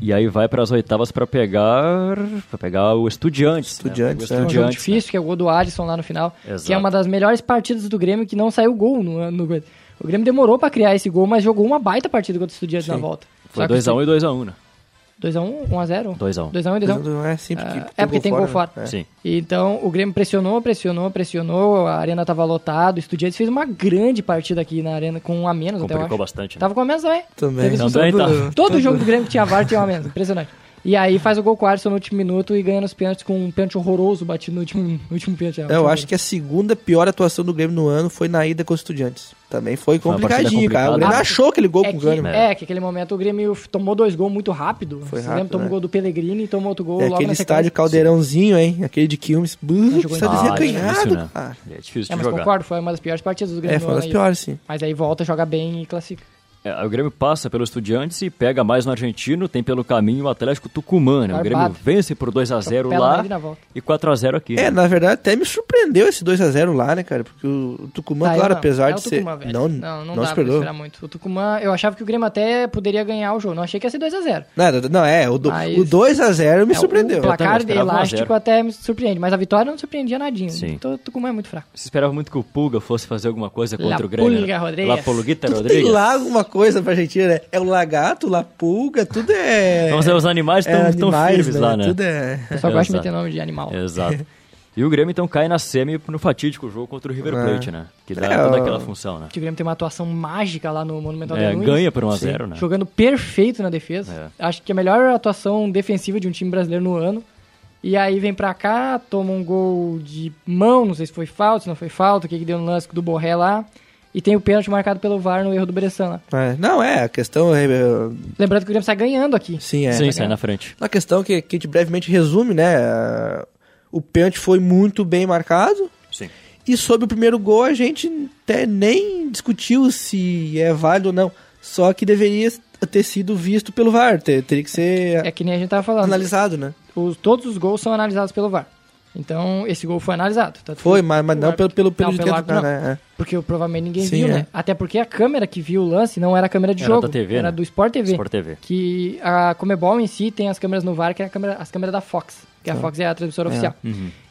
[SPEAKER 3] E aí vai para as oitavas para pegar, para pegar o Estudiantes. né?
[SPEAKER 2] Estudiantes,
[SPEAKER 3] o
[SPEAKER 5] Um
[SPEAKER 2] é.
[SPEAKER 5] jogo
[SPEAKER 3] Estudiantes, né?
[SPEAKER 5] difícil, que é o gol do Alisson lá no final.
[SPEAKER 3] Exato.
[SPEAKER 5] Que é uma das melhores partidas do Grêmio que não saiu gol no, no O Grêmio demorou pra criar esse gol, mas jogou uma baita partida contra o Estudiantes na volta.
[SPEAKER 3] né? Foi 2x1 e 2x1, né?
[SPEAKER 5] 2x1, 1x0?
[SPEAKER 3] 2x1.
[SPEAKER 5] 2x1 e 2x1.
[SPEAKER 2] Não é sempre que
[SPEAKER 5] Ah, é porque tem gol fora.
[SPEAKER 2] né? É.
[SPEAKER 3] Sim.
[SPEAKER 5] Então, o Grêmio pressionou, pressionou, pressionou, a arena tava lotada, o Estudiantes fez uma grande partida aqui na arena, com um a menos até, eu
[SPEAKER 3] Complicou
[SPEAKER 5] acho.
[SPEAKER 3] bastante, né?
[SPEAKER 5] Tava com a menos também.
[SPEAKER 2] Também.
[SPEAKER 5] Teve
[SPEAKER 3] Também tá.
[SPEAKER 5] Todo jogo do Grêmio que tinha VAR tinha uma menos. Impressionante. E aí faz o gol com o Alisson no último minuto e ganha nos pênaltis com um pênalti horroroso batido no último, no último pênalti.
[SPEAKER 2] É, Eu acho que a segunda pior atuação do Grêmio no ano foi na ida com os estudiantes. Também foi
[SPEAKER 3] uma partida
[SPEAKER 2] complicadinho, cara. O Grêmio
[SPEAKER 5] complicada.
[SPEAKER 2] achou aquele gol
[SPEAKER 5] é
[SPEAKER 2] com o
[SPEAKER 5] que,
[SPEAKER 2] Gânimo.
[SPEAKER 5] é, que aquele momento o Grêmio f- tomou dois gols muito rápido. Você
[SPEAKER 2] rápido,
[SPEAKER 5] lembra? Tomou o
[SPEAKER 2] né?
[SPEAKER 5] gol do Pellegrini e tomou outro gol
[SPEAKER 2] É
[SPEAKER 5] logo
[SPEAKER 2] aquele
[SPEAKER 5] na sequência.
[SPEAKER 2] estádio caldeirãozinho, hein? Aquele de Quilmes. Buh,
[SPEAKER 5] jogou em
[SPEAKER 2] Está
[SPEAKER 5] casa.
[SPEAKER 3] Ah, difícil,
[SPEAKER 2] desencanhado,
[SPEAKER 3] né?
[SPEAKER 2] Tá cara.
[SPEAKER 3] É difícil
[SPEAKER 5] É,
[SPEAKER 3] de
[SPEAKER 5] mas
[SPEAKER 3] jogar.
[SPEAKER 5] concordo, foi uma das piores partidas do Grêmio.
[SPEAKER 2] É, foi uma das
[SPEAKER 5] no ano aí.
[SPEAKER 2] piores, sim.
[SPEAKER 5] Mas aí volta, joga bem e classifica.
[SPEAKER 3] É, aí o Grêmio passa pelo Estudiantes e pega mais no Argentino, tem pelo caminho o Atlético Tucumã, né? O
[SPEAKER 5] Barbado.
[SPEAKER 3] Grêmio vence por 2x0
[SPEAKER 5] Atropela
[SPEAKER 3] lá
[SPEAKER 5] ele na volta.
[SPEAKER 3] e 4x0 aqui.
[SPEAKER 2] É,
[SPEAKER 3] né?
[SPEAKER 2] na verdade até me surpreendeu esse 2x0 lá, né, cara? Porque o Tucumã,
[SPEAKER 5] Tá, eu
[SPEAKER 2] claro,
[SPEAKER 5] não.
[SPEAKER 2] apesar
[SPEAKER 5] É o
[SPEAKER 2] de ser.
[SPEAKER 5] Tucumã, velho.
[SPEAKER 2] Não,
[SPEAKER 5] não, não,
[SPEAKER 2] não
[SPEAKER 5] dá
[SPEAKER 2] se
[SPEAKER 5] pra
[SPEAKER 2] perdoou.
[SPEAKER 5] esperar muito. O Tucumã, eu achava que o Grêmio até poderia ganhar o jogo. Não achei que ia ser 2x0.
[SPEAKER 2] Nada, não, é, o, do,
[SPEAKER 5] Mas-
[SPEAKER 2] o 2x0 me
[SPEAKER 5] É,
[SPEAKER 2] surpreendeu.
[SPEAKER 5] O placar de
[SPEAKER 3] esperava um a zero.
[SPEAKER 5] elástico até me surpreende, mas a vitória não surpreendia nadinha.
[SPEAKER 3] Sim.
[SPEAKER 5] Então, o Tucumã é muito fraco.
[SPEAKER 3] Se esperava muito que o Pulga fosse fazer alguma coisa contra
[SPEAKER 5] La
[SPEAKER 3] o Grêmio. né?
[SPEAKER 5] Pulga Rodrigues.
[SPEAKER 3] La Pulguita
[SPEAKER 2] Tem
[SPEAKER 3] Rodrigues.
[SPEAKER 2] lá alguma coisa pra Argentina, né? É o lagarto, la pulga, tudo é.
[SPEAKER 3] Vamos dizer, os animais
[SPEAKER 2] é
[SPEAKER 3] estão
[SPEAKER 2] animais,
[SPEAKER 3] firmes lá, né?
[SPEAKER 2] Tudo é.
[SPEAKER 5] Eu só gosto de
[SPEAKER 3] Exato.
[SPEAKER 5] meter nome de animal.
[SPEAKER 3] Exato. E o Grêmio então cai na semi no fatídico jogo contra o River
[SPEAKER 2] É.
[SPEAKER 3] Plate, né? Que dá
[SPEAKER 2] É,
[SPEAKER 3] toda
[SPEAKER 2] o-
[SPEAKER 3] aquela função, né?
[SPEAKER 5] O Grêmio tem uma atuação mágica lá no Monumental
[SPEAKER 3] É,
[SPEAKER 5] de Nunes.
[SPEAKER 3] ganha por 1x0, né?
[SPEAKER 5] Jogando perfeito na defesa. Acho que é a melhor atuação defensiva de um time brasileiro no ano. E aí vem pra cá, toma um gol de mão, não sei se foi falta, se não foi falta, o que, que deu no lance do Borré lá. E tem o pênalti marcado pelo VAR no erro do Bressan lá.
[SPEAKER 2] É, Não, é, a questão é. é,
[SPEAKER 5] Lembrando que o Grêmio está ganhando aqui.
[SPEAKER 2] Sim, é.
[SPEAKER 5] né?
[SPEAKER 3] Sim, sai na frente.
[SPEAKER 2] Uma questão que, que a gente brevemente resume, né? Ah, O pênalti foi muito bem marcado.
[SPEAKER 3] Sim.
[SPEAKER 2] E sobre o primeiro gol, a gente até nem discutiu se é válido ou não. Só que deveria ter sido visto pelo VAR. ter- teria que ser
[SPEAKER 5] É que nem a gente tava falando.
[SPEAKER 2] analisado, né?
[SPEAKER 5] Os- todos os gols são analisados pelo VAR. Então, esse gol foi analisado. Tanto que-
[SPEAKER 2] Foi, mas, mas não pelo, pelo, pelo
[SPEAKER 5] Não,
[SPEAKER 2] de
[SPEAKER 5] pelo
[SPEAKER 2] dentro,
[SPEAKER 5] árbitro,
[SPEAKER 2] não,
[SPEAKER 5] não.
[SPEAKER 2] né? É.
[SPEAKER 5] Porque provavelmente ninguém
[SPEAKER 2] Sim,
[SPEAKER 5] viu,
[SPEAKER 2] é.
[SPEAKER 5] né? Até porque a câmera que viu o lance não era a câmera de
[SPEAKER 3] Era
[SPEAKER 5] jogo.
[SPEAKER 3] da TV,
[SPEAKER 5] era
[SPEAKER 3] né?
[SPEAKER 5] do Sport TV.
[SPEAKER 3] Sport TV.
[SPEAKER 5] Que a Comebol em si tem as câmeras no VAR, que é a câmera, as câmeras da Fox. Que a Fox é a transmissora oficial.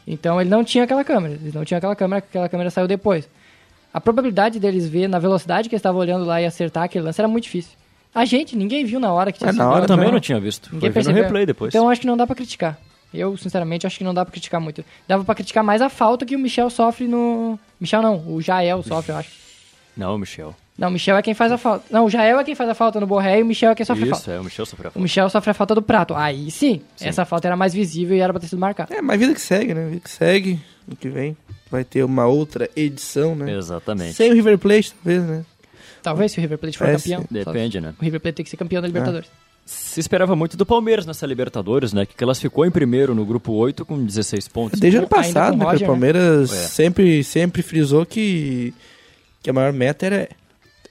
[SPEAKER 5] Então ele não tinha aquela câmera. Eles não tinham aquela câmera, aquela câmera saiu depois. A probabilidade deles ver na velocidade que eles estavam olhando lá e acertar aquele lance era muito difícil. A gente, ninguém viu na hora que tinha
[SPEAKER 2] É, na
[SPEAKER 5] sido
[SPEAKER 2] hora
[SPEAKER 5] lançado.
[SPEAKER 3] Eu também
[SPEAKER 2] não.
[SPEAKER 3] não, tinha visto.
[SPEAKER 5] Ninguém
[SPEAKER 3] Foi ver no
[SPEAKER 5] percebeu.
[SPEAKER 3] replay depois.
[SPEAKER 5] Então acho que não dá pra criticar. Eu, sinceramente, acho que não dá pra criticar muito. Dava pra criticar mais a falta que o Michel sofre no. Michel não, o Jael sofre, eu acho.
[SPEAKER 3] Não, o Michel.
[SPEAKER 5] Não, o Michel é quem faz a falta. Não, o Jael é quem faz a falta no Borré e o Michel é quem sofre a
[SPEAKER 3] Isso,
[SPEAKER 5] falta.
[SPEAKER 3] é, o Michel sofreu a
[SPEAKER 5] O
[SPEAKER 3] falta.
[SPEAKER 5] Michel sofre a falta do prato. Aí sim, essa falta era mais visível e era pra ter sido marcada.
[SPEAKER 2] É, mas vida que segue, né? Vida que segue. No que vem vai ter uma outra edição, né?
[SPEAKER 3] Exatamente.
[SPEAKER 2] Sem o River Plate, talvez, né?
[SPEAKER 5] Talvez se o River Plate for
[SPEAKER 2] É,
[SPEAKER 5] campeão.
[SPEAKER 3] Depende, né?
[SPEAKER 5] O River Plate tem que ser campeão da Libertadores.
[SPEAKER 3] Se esperava muito do Palmeiras nessa Libertadores, né? Que classificou em primeiro no grupo 8 com 16 pontos.
[SPEAKER 2] Desde ano
[SPEAKER 5] com- ainda
[SPEAKER 2] passado,
[SPEAKER 5] com
[SPEAKER 2] né?
[SPEAKER 5] Roger,
[SPEAKER 2] que o Palmeiras
[SPEAKER 3] né? É.
[SPEAKER 2] sempre, sempre frisou que, que a maior meta era,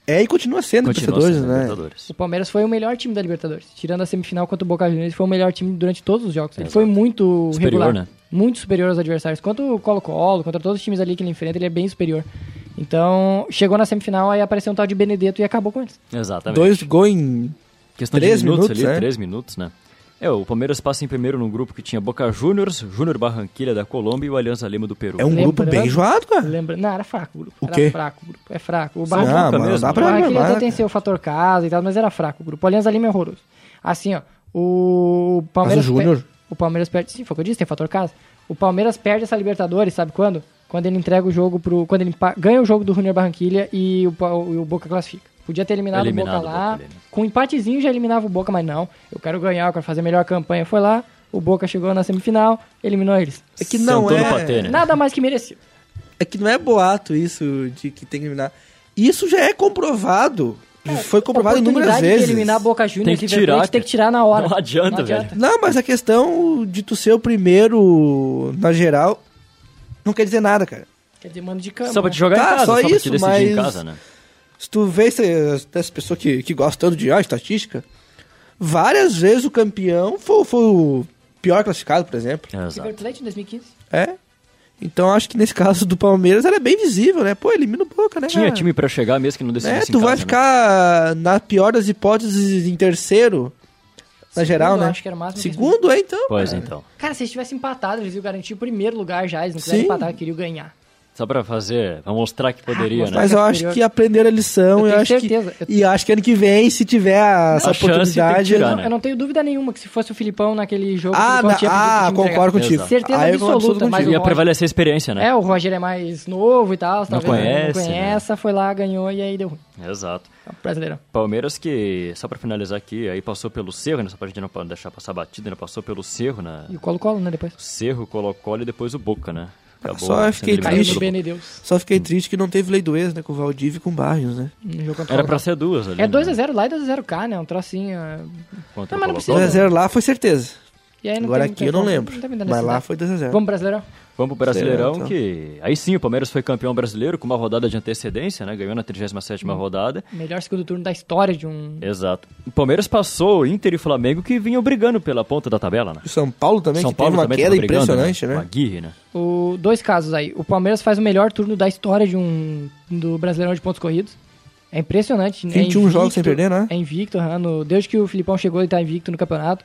[SPEAKER 2] é e continua sendo
[SPEAKER 3] Continua
[SPEAKER 2] Libertadores,
[SPEAKER 3] sendo
[SPEAKER 2] né?
[SPEAKER 3] Libertadores.
[SPEAKER 5] O Palmeiras foi o melhor time da Libertadores. Tirando a semifinal contra o Boca Juniors, foi o melhor time durante todos os jogos. Ele foi muito
[SPEAKER 3] Superior,
[SPEAKER 5] regular.
[SPEAKER 3] né?
[SPEAKER 5] Muito superior aos adversários. Quanto o Colo-Colo, contra todos os times ali que ele enfrenta, ele é bem superior. Então, chegou na semifinal, aí apareceu um tal de Benedetto e acabou com eles.
[SPEAKER 3] Exatamente.
[SPEAKER 2] Dois gols em...
[SPEAKER 3] Questão
[SPEAKER 2] Três
[SPEAKER 3] de minutos,
[SPEAKER 2] minutos,
[SPEAKER 3] ali,
[SPEAKER 2] é.
[SPEAKER 3] três minutos, né? É, o Palmeiras passa em primeiro num grupo que tinha Boca Juniors, Júnior Barranquilha da Colômbia e o Alianza Lima do Peru.
[SPEAKER 2] É um grupo
[SPEAKER 5] Lembrando-
[SPEAKER 2] bem enjoado, cara.
[SPEAKER 5] Lembra? Não, era fraco o grupo.
[SPEAKER 2] O
[SPEAKER 5] era
[SPEAKER 2] quê?
[SPEAKER 5] fraco o grupo. É fraco. O
[SPEAKER 2] Não,
[SPEAKER 5] Barra
[SPEAKER 3] Boca
[SPEAKER 2] mas
[SPEAKER 3] mesmo.
[SPEAKER 2] dá
[SPEAKER 5] O
[SPEAKER 2] pra
[SPEAKER 5] Barranquilla
[SPEAKER 2] armar.
[SPEAKER 5] até tem seu fator casa e tal, mas era fraco o grupo. O Alianza Lima é horroroso. Assim, ó, o Palmeiras...
[SPEAKER 2] Mas o Júnior-
[SPEAKER 5] per- O Palmeiras perde... Sim, foi o que eu disse, tem fator casa. O Palmeiras perde essa Libertadores, sabe quando? Quando ele entrega o jogo pro... Quando ele empa- ganha o jogo do Junior Barranquilha e o, Pa- o Boca classifica. Podia ter eliminado,
[SPEAKER 3] Eliminado
[SPEAKER 5] o Boca
[SPEAKER 3] o
[SPEAKER 5] lá.
[SPEAKER 3] Boca ali, né?
[SPEAKER 5] Com um empatezinho já eliminava o Boca, mas não. Eu quero ganhar, eu quero fazer a melhor campanha. Foi lá, o Boca chegou na semifinal, eliminou eles.
[SPEAKER 2] É que não
[SPEAKER 3] Sentou no
[SPEAKER 2] é-
[SPEAKER 3] patê, né?
[SPEAKER 5] Nada mais que merecido.
[SPEAKER 2] É que não é boato isso de que tem que eliminar. Isso já é comprovado. Foi comprovado inúmeras
[SPEAKER 5] É, oportunidade de
[SPEAKER 2] vezes.
[SPEAKER 5] eliminar Boca Juniors
[SPEAKER 3] Tem que
[SPEAKER 5] e River
[SPEAKER 3] tirar,
[SPEAKER 5] Plate, tem que
[SPEAKER 3] cara.
[SPEAKER 5] tirar na hora.
[SPEAKER 3] Não adianta, velho.
[SPEAKER 2] Não, mas a questão de tu ser o primeiro na geral não quer dizer nada, cara.
[SPEAKER 5] Quer dizer, mano de cama.
[SPEAKER 3] Só pra
[SPEAKER 5] né?
[SPEAKER 3] te jogar
[SPEAKER 2] Tá,
[SPEAKER 3] em casa,
[SPEAKER 2] só
[SPEAKER 3] só, pra
[SPEAKER 2] isso,
[SPEAKER 3] te decidir em
[SPEAKER 2] mas-
[SPEAKER 3] casa, né?
[SPEAKER 2] Se tu vê esse- essas pessoas que, que gostam tanto de ah, estatística, várias vezes o campeão foi, foi o pior classificado, por exemplo.
[SPEAKER 3] Exato.
[SPEAKER 5] River Plate em 2015.
[SPEAKER 2] É. Então acho que nesse caso do Palmeiras era bem visível, né? Pô, elimina o Boca, né?
[SPEAKER 3] Tinha
[SPEAKER 2] cara?
[SPEAKER 3] time pra chegar mesmo que não
[SPEAKER 2] É,
[SPEAKER 3] decidisse
[SPEAKER 2] tu
[SPEAKER 3] em
[SPEAKER 2] vai
[SPEAKER 3] casa, né?
[SPEAKER 2] ficar, na pior das hipóteses, em terceiro, na
[SPEAKER 5] Segundo,
[SPEAKER 2] geral, né?
[SPEAKER 5] acho que era o máximo que eles
[SPEAKER 2] Segundo, é então.
[SPEAKER 3] Pois
[SPEAKER 2] cara.
[SPEAKER 3] então.
[SPEAKER 5] Cara, se eles tivessem empatado, eles iam garantir o primeiro lugar já. Eles não quiseram
[SPEAKER 2] Sim.
[SPEAKER 5] empatar, queriam ganhar.
[SPEAKER 3] Só pra fazer, pra mostrar que poderia,
[SPEAKER 5] Ah,
[SPEAKER 3] né?
[SPEAKER 2] Mas eu acho
[SPEAKER 5] superior.
[SPEAKER 2] que aprenderam a lição.
[SPEAKER 5] É Eu
[SPEAKER 2] Eu,
[SPEAKER 5] tenho
[SPEAKER 2] acho que,
[SPEAKER 5] certeza. Eu-
[SPEAKER 2] E acho que ano que vem, se tiver a- essa
[SPEAKER 3] A chance tem que
[SPEAKER 2] oportunidade.
[SPEAKER 3] tirar, Ah,
[SPEAKER 5] Eu-
[SPEAKER 3] né?
[SPEAKER 5] Então, Eu não tenho dúvida nenhuma que se fosse o Filipão naquele jogo... o
[SPEAKER 2] Ah,
[SPEAKER 5] Filipão
[SPEAKER 2] na-
[SPEAKER 5] tinha pedido
[SPEAKER 2] ah
[SPEAKER 5] pro time entregar.
[SPEAKER 2] concordo contigo.
[SPEAKER 3] Exato.
[SPEAKER 5] Certeza
[SPEAKER 2] Aí eu concordo
[SPEAKER 5] absoluta,
[SPEAKER 2] contigo.
[SPEAKER 5] mas o
[SPEAKER 3] Ia
[SPEAKER 5] Roger-
[SPEAKER 3] prevalecer a experiência, né?
[SPEAKER 5] É, o Roger é mais novo e tal.
[SPEAKER 3] Não
[SPEAKER 5] talvez
[SPEAKER 3] conhece, né?
[SPEAKER 5] Não conheça, foi lá, ganhou e aí deu ruim.
[SPEAKER 3] Exato.
[SPEAKER 5] Brasileirão.
[SPEAKER 3] Palmeiras que, só pra finalizar aqui, aí passou pelo Cerro, né? Só pra gente não pa- deixar passar batida, né? Passou pelo Cerro, né?
[SPEAKER 5] E o Colo-Colo, né, depois.
[SPEAKER 3] Cerro, Colo-Colo e depois o Boca, né? Acabou
[SPEAKER 2] Só
[SPEAKER 3] sendo
[SPEAKER 2] fiquei
[SPEAKER 3] eliminado
[SPEAKER 5] Caiu
[SPEAKER 2] triste.
[SPEAKER 3] pelo
[SPEAKER 5] no
[SPEAKER 2] isso.
[SPEAKER 5] Benedeus.
[SPEAKER 2] Só fiquei triste que não teve lei do ex, né? Com o Valdívia e com o Barrios, né?
[SPEAKER 5] No jogo contra o
[SPEAKER 3] Era pra
[SPEAKER 5] Colo-Colo.
[SPEAKER 3] ser duas ali.
[SPEAKER 5] É
[SPEAKER 3] né?
[SPEAKER 5] 2x0 lá e 2x0 cá, né? Um trocinho... é,
[SPEAKER 3] Contra
[SPEAKER 5] Não, mas não
[SPEAKER 3] o Colo-Colo.
[SPEAKER 5] Todo.
[SPEAKER 2] 2x0 lá foi certeza.
[SPEAKER 5] E aí não
[SPEAKER 2] Agora
[SPEAKER 5] tem-
[SPEAKER 2] aqui eu não
[SPEAKER 5] tem-
[SPEAKER 2] lembro.
[SPEAKER 5] tem muita
[SPEAKER 2] Mas lá
[SPEAKER 5] necessidade.
[SPEAKER 2] foi 2x0.
[SPEAKER 5] Vamos, Brasileirão?
[SPEAKER 3] Vamos pro Brasileirão,
[SPEAKER 2] Certo.
[SPEAKER 3] que aí sim o Palmeiras foi campeão brasileiro com uma rodada de antecedência, né? Ganhou na 37ª
[SPEAKER 2] Hum.
[SPEAKER 3] rodada.
[SPEAKER 5] Melhor segundo turno da história de um.
[SPEAKER 3] Exato. O Palmeiras passou o Inter e o Flamengo que vinham brigando pela ponta da tabela, né?
[SPEAKER 2] O São Paulo também,
[SPEAKER 3] São
[SPEAKER 2] que
[SPEAKER 3] Paulo
[SPEAKER 2] teve uma
[SPEAKER 3] também
[SPEAKER 2] queda
[SPEAKER 3] tava brigando,
[SPEAKER 2] impressionante,
[SPEAKER 3] Com a
[SPEAKER 2] né?
[SPEAKER 3] Aguirre, né?
[SPEAKER 5] O, dois casos aí. O Palmeiras faz o melhor turno da história de um do Brasileirão de pontos corridos. É impressionante. né?
[SPEAKER 2] 21
[SPEAKER 5] É
[SPEAKER 2] jogos sem perder, né?
[SPEAKER 5] É invicto, aham, no- desde que o Filipão chegou, ele tá invicto no campeonato.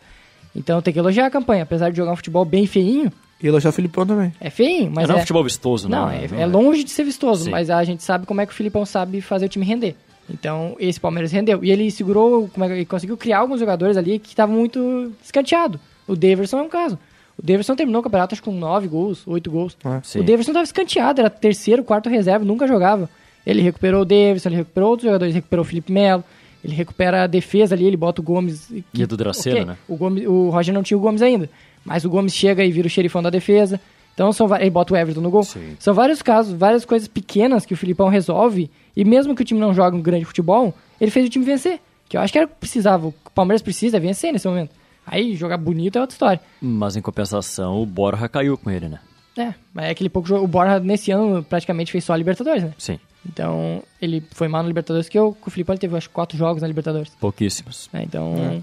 [SPEAKER 5] Então tem que elogiar a campanha. Apesar de jogar um futebol bem feinho,
[SPEAKER 2] E elogiar o Filipão também.
[SPEAKER 5] é feinho, mas.
[SPEAKER 3] Mas não é um
[SPEAKER 5] é,
[SPEAKER 3] futebol vistoso, né?
[SPEAKER 5] não, é, é longe de ser vistoso,
[SPEAKER 3] Sim.
[SPEAKER 5] mas a gente sabe como é que o Filipão sabe fazer o time render. Então, esse Palmeiras rendeu. E ele segurou, como é que- ele conseguiu criar alguns jogadores ali que estavam muito escanteados. O Daverson é um caso. O Daverson terminou o campeonato acho que com 9 gols, 8 gols.
[SPEAKER 3] Sim.
[SPEAKER 5] O Davidson estava escanteado, era terceiro, quarto reserva, nunca jogava. Ele recuperou o Davidson, ele recuperou outros jogadores, recuperou o Felipe Melo, ele recupera a defesa ali, ele bota o Gomes.
[SPEAKER 3] E é do Dracena,
[SPEAKER 5] ok,
[SPEAKER 3] né?
[SPEAKER 5] O, Gomes, o Roger não tinha o Gomes ainda, mas o Gomes chega e vira o xerifão da defesa. Então são, va- ele bota o Everton no gol.
[SPEAKER 3] Sim.
[SPEAKER 5] São vários casos, várias coisas pequenas que o Filipão resolve. E mesmo que o time não jogue um grande futebol, ele fez o time vencer. Que eu acho que era o que precisava. O que o Palmeiras precisa é vencer nesse momento. Aí jogar bonito é outra história.
[SPEAKER 3] Mas em compensação, o Borja caiu com ele, né?
[SPEAKER 5] É, mas é aquele pouco jogo. O Borja nesse ano praticamente fez só a Libertadores, né?
[SPEAKER 3] Sim.
[SPEAKER 5] Então, ele foi mal na Libertadores, que eu, que o Filipão ele teve acho que quatro jogos na Libertadores.
[SPEAKER 3] Pouquíssimos.
[SPEAKER 5] né?
[SPEAKER 3] É.
[SPEAKER 5] Então,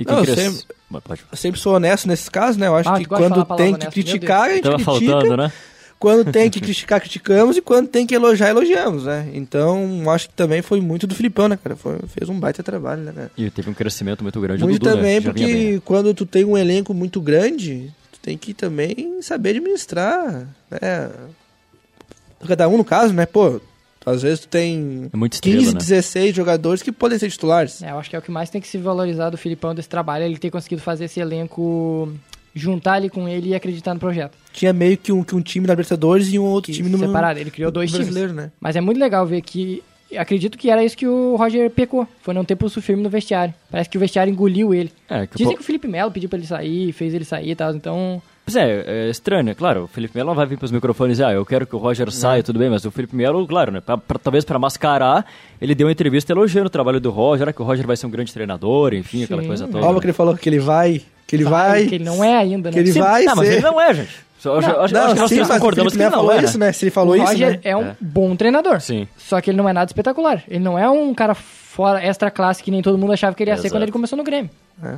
[SPEAKER 3] E
[SPEAKER 2] Não,
[SPEAKER 3] cres-
[SPEAKER 2] sempre-
[SPEAKER 3] Mas pode-
[SPEAKER 2] Eu sempre sou honesto nesses casos, né? Eu acho
[SPEAKER 5] Ah,
[SPEAKER 2] que
[SPEAKER 5] tu gosta de
[SPEAKER 2] quando
[SPEAKER 5] falar a
[SPEAKER 2] tem
[SPEAKER 5] palavra
[SPEAKER 2] que
[SPEAKER 5] honesta, meu
[SPEAKER 2] criticar, a gente
[SPEAKER 3] Tava
[SPEAKER 2] critica.
[SPEAKER 3] faltando, né?
[SPEAKER 2] Quando tem que criticar, criticamos. E quando tem que elogiar, elogiamos, né? Então, acho que também foi muito do Filipão, né, cara? Foi- fez um baita trabalho, né, cara?
[SPEAKER 3] E teve um crescimento muito grande.
[SPEAKER 2] Muito
[SPEAKER 3] o Dudu,
[SPEAKER 2] também,
[SPEAKER 3] né? Já vinha bem, né?
[SPEAKER 2] porque quando tu tem um elenco muito grande, tu tem que também saber administrar, né? Cada um, no caso, né? Pô, às vezes tu tem
[SPEAKER 3] É muito estrela,
[SPEAKER 2] 15,
[SPEAKER 3] né?
[SPEAKER 2] 16 jogadores que podem ser titulares.
[SPEAKER 5] é, eu acho que é o que mais tem que se valorizar do Filipão desse trabalho, é ele ter conseguido fazer esse elenco, juntar ele com ele e acreditar no projeto.
[SPEAKER 2] Tinha meio que um, que um time da Libertadores e um outro
[SPEAKER 5] Que
[SPEAKER 2] time no
[SPEAKER 5] separado, ele criou dois times.
[SPEAKER 2] brasileiro, né?
[SPEAKER 5] Mas é muito legal ver que. Acredito que era isso que o Roger pecou. Foi não ter pulso firme no vestiário. Parece que o vestiário engoliu ele.
[SPEAKER 3] É, que o
[SPEAKER 5] Dizem
[SPEAKER 3] Po-
[SPEAKER 5] que o Felipe Melo pediu pra ele sair, fez ele sair e tal. Então,
[SPEAKER 3] Pois é, é estranho, né? Claro, o Felipe Melo não vai vir pros microfones e ah, eu quero que o Roger saia, tudo bem, mas o Felipe Melo, claro, né? pra- pra- talvez para mascarar, ele deu uma entrevista elogiando o trabalho do Roger, ah, que o Roger vai ser um grande treinador, enfim, aquela
[SPEAKER 5] Sim.
[SPEAKER 3] coisa toda.
[SPEAKER 2] Olha o que ele falou, que ele vai, que ele vai,
[SPEAKER 5] que ele não é ainda, né?
[SPEAKER 2] que ele
[SPEAKER 5] Sim,
[SPEAKER 2] vai
[SPEAKER 3] Tá, mas
[SPEAKER 2] ser-
[SPEAKER 3] ele não é, gente. Só, acho- acho, acho que nós
[SPEAKER 2] sim,
[SPEAKER 3] três
[SPEAKER 2] mas o
[SPEAKER 3] concordamos que
[SPEAKER 2] Felipe Melo
[SPEAKER 3] ele não
[SPEAKER 2] falou
[SPEAKER 3] é,
[SPEAKER 2] isso,
[SPEAKER 3] né?
[SPEAKER 2] né? Se ele falou
[SPEAKER 5] o
[SPEAKER 2] isso,
[SPEAKER 5] Roger
[SPEAKER 2] né?
[SPEAKER 5] é um bom treinador.
[SPEAKER 3] Sim.
[SPEAKER 5] Só que ele não é nada espetacular. Ele não é um cara fora, extra classe que nem todo mundo achava que ele ia ser
[SPEAKER 3] Exato.
[SPEAKER 5] quando ele começou no Grêmio.
[SPEAKER 2] É.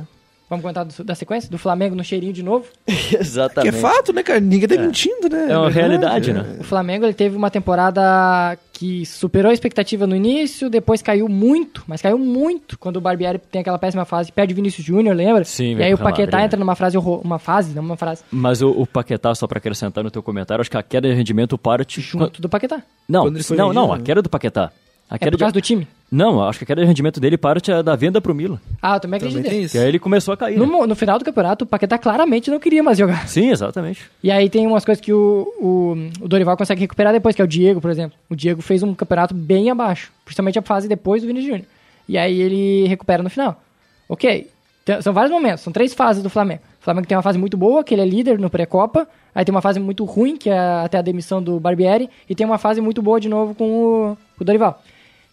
[SPEAKER 5] Vamos contar do- da sequência? Do Flamengo no cheirinho de novo.
[SPEAKER 2] Que é
[SPEAKER 3] Exatamente.
[SPEAKER 2] fato, né, cara? Ninguém tá mentindo, né?
[SPEAKER 3] É uma realidade, né?
[SPEAKER 5] O Flamengo ele teve uma temporada que superou a expectativa no início, depois caiu muito, mas caiu muito quando o Barbieri tem aquela péssima fase, perde o Vinícius Júnior, lembra?
[SPEAKER 3] Sim,
[SPEAKER 5] e
[SPEAKER 3] vem
[SPEAKER 5] aí o
[SPEAKER 3] pro Real
[SPEAKER 5] Paquetá
[SPEAKER 3] Madrid, né?
[SPEAKER 5] entra numa frase, horror- uma fase, não uma frase,
[SPEAKER 3] Mas o, o Paquetá, só pra acrescentar no teu comentário, acho que a queda de rendimento parte.
[SPEAKER 5] junto do Paquetá.
[SPEAKER 3] Não,
[SPEAKER 2] Quando ele foi
[SPEAKER 3] não, não, a
[SPEAKER 2] vendido, né?
[SPEAKER 3] queda do Paquetá. A
[SPEAKER 5] É
[SPEAKER 3] queda
[SPEAKER 5] por causa
[SPEAKER 3] de...
[SPEAKER 5] do time.
[SPEAKER 3] Não, acho que a queda de rendimento dele parte é da venda pro Milan.
[SPEAKER 5] Ah, eu também
[SPEAKER 2] Também
[SPEAKER 5] acredito.
[SPEAKER 2] tem
[SPEAKER 5] nisso.
[SPEAKER 2] isso.
[SPEAKER 3] Que é aí ele começou a cair.
[SPEAKER 5] No,
[SPEAKER 3] né?
[SPEAKER 5] mo- no final do campeonato, o Paquetá claramente não queria mais jogar.
[SPEAKER 3] Sim, exatamente.
[SPEAKER 5] E aí tem umas coisas que o, o, o Dorival consegue recuperar depois, que é o Diego, por exemplo. O Diego fez um campeonato bem abaixo, principalmente a fase depois do Vini Júnior. E aí ele recupera no final. Ok, Então, são vários momentos, são três fases do Flamengo. O Flamengo tem uma fase muito boa, que ele é líder no pré-copa. Aí tem uma fase muito ruim, que é até a demissão do Barbieri. E tem uma fase muito boa de novo com o, com o Dorival.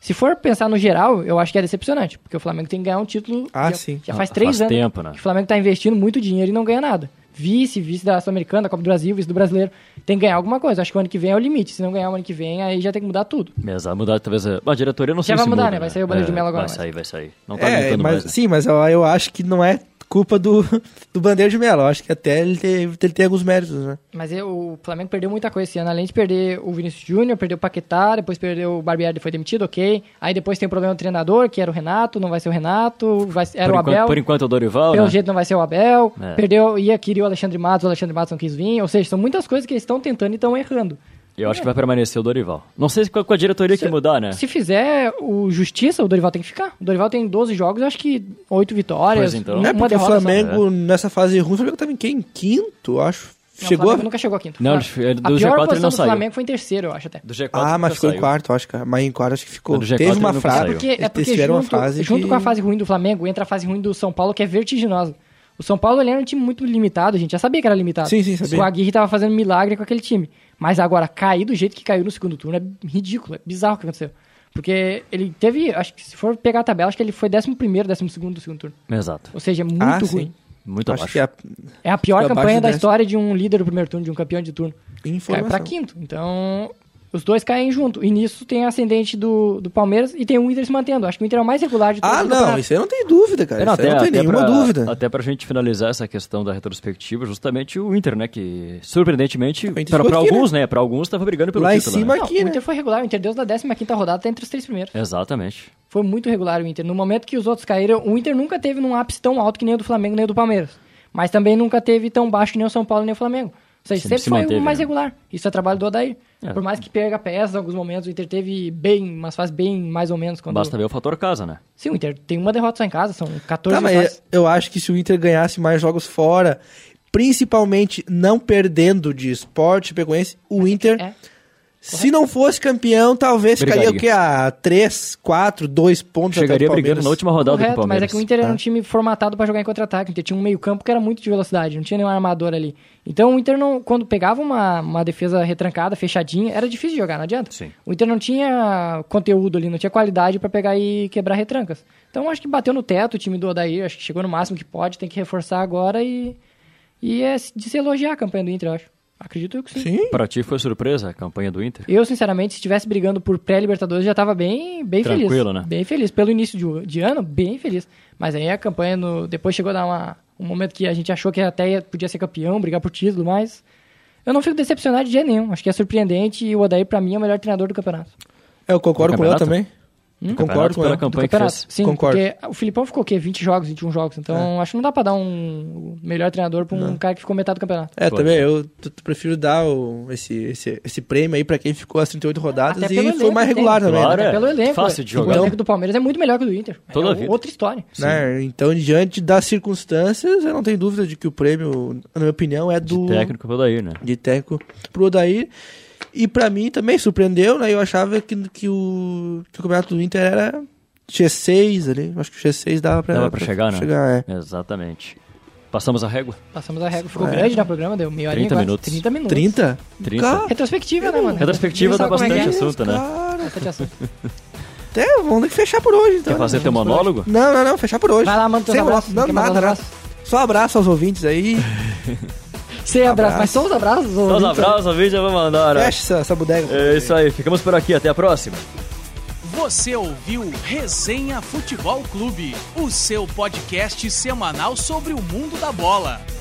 [SPEAKER 5] Se for pensar no geral, eu acho que é decepcionante, porque o Flamengo tem que ganhar um título.
[SPEAKER 2] Ah,
[SPEAKER 5] já,
[SPEAKER 2] sim.
[SPEAKER 5] Já faz
[SPEAKER 3] Ah,
[SPEAKER 5] três
[SPEAKER 3] faz
[SPEAKER 5] anos
[SPEAKER 3] tempo, né?
[SPEAKER 5] que o Flamengo está investindo muito dinheiro e não ganha nada. Vice, vice da Sul-Americana, da Copa do Brasil, vice do Brasileiro. Tem que ganhar alguma coisa. Acho que o ano que vem é o limite. Se não ganhar o ano que vem, aí já tem que mudar tudo.
[SPEAKER 3] Mas vai É, mudar, talvez. A a diretoria não sei
[SPEAKER 5] vai
[SPEAKER 3] se
[SPEAKER 5] mudar,
[SPEAKER 3] muda, É,
[SPEAKER 5] né? Vai sair o Bandeira de Melo agora,
[SPEAKER 3] Vai
[SPEAKER 5] mas-
[SPEAKER 3] sair, vai sair. Não tá
[SPEAKER 2] É,
[SPEAKER 3] aguentando
[SPEAKER 2] mas,
[SPEAKER 3] mais. né?
[SPEAKER 2] sim, mas eu, eu acho que não é culpa do, do Bandeira de Melo. Eu acho que até ele tem, ele tem alguns méritos, né?
[SPEAKER 5] Mas eu- o Flamengo perdeu muita coisa esse ano. Além de perder o Vinícius Júnior, perdeu o Paquetá, depois perdeu o Barbieri, foi demitido, ok. Aí depois tem o problema do treinador, que era o Renato, não vai ser o Renato, vai, era
[SPEAKER 3] por,
[SPEAKER 5] o
[SPEAKER 3] enquanto,
[SPEAKER 5] Abel.
[SPEAKER 3] por enquanto é o Dorival,
[SPEAKER 5] Pelo
[SPEAKER 3] né?
[SPEAKER 5] jeito não vai ser o Abel.
[SPEAKER 3] É.
[SPEAKER 5] Perdeu, ia querer o Alexandre Matos, o Alexandre Matos não quis vir. Ou seja, são muitas coisas que eles estão tentando e estão errando.
[SPEAKER 3] Eu acho que vai permanecer o Dorival. Não sei se com a- com a diretoria que mudar, né?
[SPEAKER 5] é. Se fizer o Justiça, o Dorival tem que ficar. O Dorival tem 12 jogos, eu acho que 8 vitórias.
[SPEAKER 3] Pois então.
[SPEAKER 5] um-
[SPEAKER 2] É
[SPEAKER 5] uma
[SPEAKER 2] porque o
[SPEAKER 5] derrota só.
[SPEAKER 2] Flamengo, nessa fase ruim, o Flamengo tava em quem? Em Quinto, eu acho.
[SPEAKER 5] Não, o
[SPEAKER 2] Chegou
[SPEAKER 5] Flamengo
[SPEAKER 2] a...
[SPEAKER 5] nunca chegou a quinto.
[SPEAKER 3] Não,
[SPEAKER 5] A-
[SPEAKER 3] ele- do
[SPEAKER 5] a
[SPEAKER 3] G4
[SPEAKER 5] pior
[SPEAKER 3] ele
[SPEAKER 5] posição
[SPEAKER 3] não
[SPEAKER 5] do
[SPEAKER 3] saiu.
[SPEAKER 5] Flamengo foi em terceiro, eu acho até.
[SPEAKER 3] Do G4
[SPEAKER 2] Ah, mas
[SPEAKER 3] nunca
[SPEAKER 2] ficou em
[SPEAKER 3] saiu.
[SPEAKER 2] quarto, eu acho, cara. Mas em quarto acho que ficou.
[SPEAKER 3] Do G4
[SPEAKER 2] Teve uma
[SPEAKER 3] ele nunca
[SPEAKER 2] frase.
[SPEAKER 3] saiu.
[SPEAKER 5] Porque, é
[SPEAKER 2] Eles
[SPEAKER 5] porque
[SPEAKER 2] tiveram
[SPEAKER 5] junto,
[SPEAKER 2] uma fase
[SPEAKER 5] junto
[SPEAKER 2] que-
[SPEAKER 5] com a fase ruim do Flamengo, entra a fase ruim do São Paulo, que é vertiginosa. O São Paulo ele era um time muito limitado, a gente já sabia que era limitado.
[SPEAKER 2] Sim, sim, sabia.
[SPEAKER 5] O Aguirre tava fazendo milagre com aquele time. Mas agora, cair do jeito que caiu no segundo turno é ridículo, é bizarro o que aconteceu. Porque ele teve, acho que se for pegar a tabela, acho que ele foi 11 primeiro, 12 segundo do segundo turno.
[SPEAKER 3] Exato.
[SPEAKER 5] Ou seja, é muito
[SPEAKER 2] Ah, sim.
[SPEAKER 5] ruim.
[SPEAKER 3] Muito
[SPEAKER 2] acho
[SPEAKER 3] abaixo.
[SPEAKER 2] que é
[SPEAKER 5] É
[SPEAKER 2] a
[SPEAKER 5] a pior
[SPEAKER 2] Abaixo
[SPEAKER 5] campanha
[SPEAKER 2] de
[SPEAKER 5] da
[SPEAKER 2] 10.
[SPEAKER 5] história de um líder do primeiro turno, de um campeão de turno. Cai
[SPEAKER 2] informação.
[SPEAKER 5] pra quinto. Então, os dois caem junto. E nisso tem ascendente do, do Palmeiras e tem o Inter se mantendo. Acho que o Inter é o mais regular de todos
[SPEAKER 2] Ah,
[SPEAKER 5] os
[SPEAKER 2] não,
[SPEAKER 5] campeonatos.
[SPEAKER 2] isso aí não tem dúvida, cara.
[SPEAKER 3] Não,
[SPEAKER 2] isso é, aí não tem nenhuma
[SPEAKER 3] pra,
[SPEAKER 2] dúvida.
[SPEAKER 3] Até pra gente finalizar essa questão da retrospectiva, justamente o Inter, né? Que, surpreendentemente,
[SPEAKER 2] Inter
[SPEAKER 3] pra,
[SPEAKER 2] ficou
[SPEAKER 3] pra
[SPEAKER 2] aqui,
[SPEAKER 3] alguns, né? Pra alguns tava brigando pelo
[SPEAKER 2] Lá em
[SPEAKER 3] título.
[SPEAKER 2] cima
[SPEAKER 3] né?
[SPEAKER 5] Não,
[SPEAKER 2] aqui,
[SPEAKER 5] o
[SPEAKER 2] né? É.
[SPEAKER 5] Inter foi regular. O Inter deu da 15ª rodada tá entre os três primeiros.
[SPEAKER 3] Exatamente.
[SPEAKER 5] Foi muito regular o Inter. No momento que os outros caíram, o Inter nunca teve num ápice tão alto que nem o do Flamengo, nem o do Palmeiras. Mas também nunca teve tão baixo que nem o São Paulo, nem o Flamengo. Ou seja,
[SPEAKER 3] Sempre
[SPEAKER 5] sempre,
[SPEAKER 3] se
[SPEAKER 5] foi
[SPEAKER 3] manteve,
[SPEAKER 5] o mais
[SPEAKER 3] né?
[SPEAKER 5] regular. Isso é trabalho do Odair.
[SPEAKER 3] É.
[SPEAKER 5] Por mais que perca peças em alguns momentos, o Inter teve bem, mas faz bem mais ou menos. Quando...
[SPEAKER 3] Basta ver o fator casa, né?
[SPEAKER 5] Sim, o Inter tem uma derrota só em casa, são 14
[SPEAKER 2] Tá, mas
[SPEAKER 5] vitórias.
[SPEAKER 2] eu acho que se o Inter ganhasse mais jogos fora, principalmente não perdendo de esporte pecuense, o Inter,
[SPEAKER 5] É.
[SPEAKER 2] se não fosse campeão, talvez ficaria
[SPEAKER 3] Brigaria.
[SPEAKER 2] o quê? Ah, A 3, 4, 2 pontos
[SPEAKER 3] Chegaria
[SPEAKER 2] atrás do
[SPEAKER 3] brigando
[SPEAKER 2] tá Palmeiras.
[SPEAKER 3] na última rodada do
[SPEAKER 5] Correto, mas é
[SPEAKER 3] Palmeiras.
[SPEAKER 5] que o Inter era
[SPEAKER 2] tá?
[SPEAKER 5] um time formatado pra jogar em contra-ataque. O Inter tinha um meio-campo que era muito de velocidade, não tinha nenhum armador ali. Então o Inter, não, quando pegava uma, uma defesa retrancada, fechadinha, era difícil de jogar, não adianta.
[SPEAKER 3] Sim.
[SPEAKER 5] O Inter não tinha conteúdo ali, não tinha qualidade pra pegar e quebrar retrancas. Então acho que bateu no teto o time do Odair, acho que chegou no máximo que pode, tem que reforçar agora e. E é de se elogiar a campanha do Inter, eu acho. Acredito que sim.
[SPEAKER 2] Sim.
[SPEAKER 3] Pra ti foi surpresa a campanha do Inter?
[SPEAKER 5] Eu, sinceramente, se estivesse brigando por pré-Libertadores, já tava bem, bem feliz.
[SPEAKER 3] Tranquilo, né?
[SPEAKER 5] Bem feliz. Pelo início de, de ano, bem feliz. Mas aí a campanha, no- depois chegou a dar uma, um momento que a gente achou que até ia- podia ser campeão, brigar por título, mas eu não fico decepcionado de jeito nenhum. Acho que é surpreendente e o Odair, pra mim, é o melhor treinador do campeonato.
[SPEAKER 2] É, Eu concordo
[SPEAKER 3] No
[SPEAKER 2] com o Léo
[SPEAKER 3] campeonato?
[SPEAKER 2] também.
[SPEAKER 5] Hum?
[SPEAKER 2] Concordo com
[SPEAKER 3] pela
[SPEAKER 2] ela.
[SPEAKER 5] Do
[SPEAKER 3] campanha que
[SPEAKER 5] campeonato.
[SPEAKER 3] fez.
[SPEAKER 5] Sim,
[SPEAKER 2] Concordo. É.
[SPEAKER 5] porque o Filipão ficou o quê? 20 jogos, 21 jogos. Então, acho que não dá pra dar um melhor treinador pra um cara que ficou metade do campeonato.
[SPEAKER 2] É,
[SPEAKER 3] Pode.
[SPEAKER 2] também, eu t- t- prefiro dar o- esse, esse, esse prêmio aí pra quem ficou as 38 rodadas
[SPEAKER 5] Até
[SPEAKER 2] e
[SPEAKER 5] pelo
[SPEAKER 2] foi mais
[SPEAKER 5] elenco,
[SPEAKER 2] regular
[SPEAKER 5] tem.
[SPEAKER 2] também.
[SPEAKER 3] Claro,
[SPEAKER 2] né?
[SPEAKER 5] Até
[SPEAKER 3] é.
[SPEAKER 5] pelo elenco.
[SPEAKER 3] Fácil de jogar.
[SPEAKER 5] O elenco do Palmeiras é muito melhor que o do Inter.
[SPEAKER 3] Toda
[SPEAKER 5] é o-
[SPEAKER 3] vida.
[SPEAKER 5] outra história.
[SPEAKER 2] Né? Então, diante das circunstâncias, eu não tenho dúvida de que o prêmio, na minha opinião, é do
[SPEAKER 3] De técnico pelo daí, né?
[SPEAKER 2] de técnico pro Odair. E pra mim também surpreendeu, né? Eu achava que, que, o, que o campeonato do Inter era G6 ali. Acho que o G6 dava pra,
[SPEAKER 3] Dava pra chegar, né?
[SPEAKER 2] chegar, é.
[SPEAKER 3] Exatamente. Passamos a régua?
[SPEAKER 5] Passamos a régua. Ficou
[SPEAKER 2] É.
[SPEAKER 5] grande no programa, deu meia horinha.
[SPEAKER 3] 30
[SPEAKER 5] quase
[SPEAKER 3] minutos.
[SPEAKER 5] 30 minutos.
[SPEAKER 2] 30?
[SPEAKER 3] 30.
[SPEAKER 2] Cara,
[SPEAKER 5] Retrospectiva, né, mano?
[SPEAKER 3] Retrospectiva
[SPEAKER 5] Ninguém
[SPEAKER 3] dá
[SPEAKER 5] sabe como é que
[SPEAKER 3] É bastante
[SPEAKER 5] é.
[SPEAKER 3] assunto, né?
[SPEAKER 2] cara.
[SPEAKER 5] Bastante assunto.
[SPEAKER 2] Até vamos ter que fechar por hoje, então.
[SPEAKER 3] Quer
[SPEAKER 2] né?
[SPEAKER 3] fazer teu monólogo?
[SPEAKER 2] Não, não, não. Fechar por hoje.
[SPEAKER 5] Vai lá, manda teus
[SPEAKER 2] Sem
[SPEAKER 5] abraços.
[SPEAKER 2] Não,
[SPEAKER 5] Quer mandar um
[SPEAKER 2] nada, né?
[SPEAKER 5] os
[SPEAKER 2] nada. Só abraço aos ouvintes aí.
[SPEAKER 5] Sem abraço. Mas só os abraços? ou
[SPEAKER 3] Dá os
[SPEAKER 5] nem só?
[SPEAKER 3] abraços, a vídeo vai mandar. né?
[SPEAKER 2] Fecha essa, essa bodega.
[SPEAKER 3] É isso aí, ficamos por aqui, até a próxima.
[SPEAKER 1] Você ouviu Resenha Futebol Clube, o seu podcast semanal sobre o mundo da bola.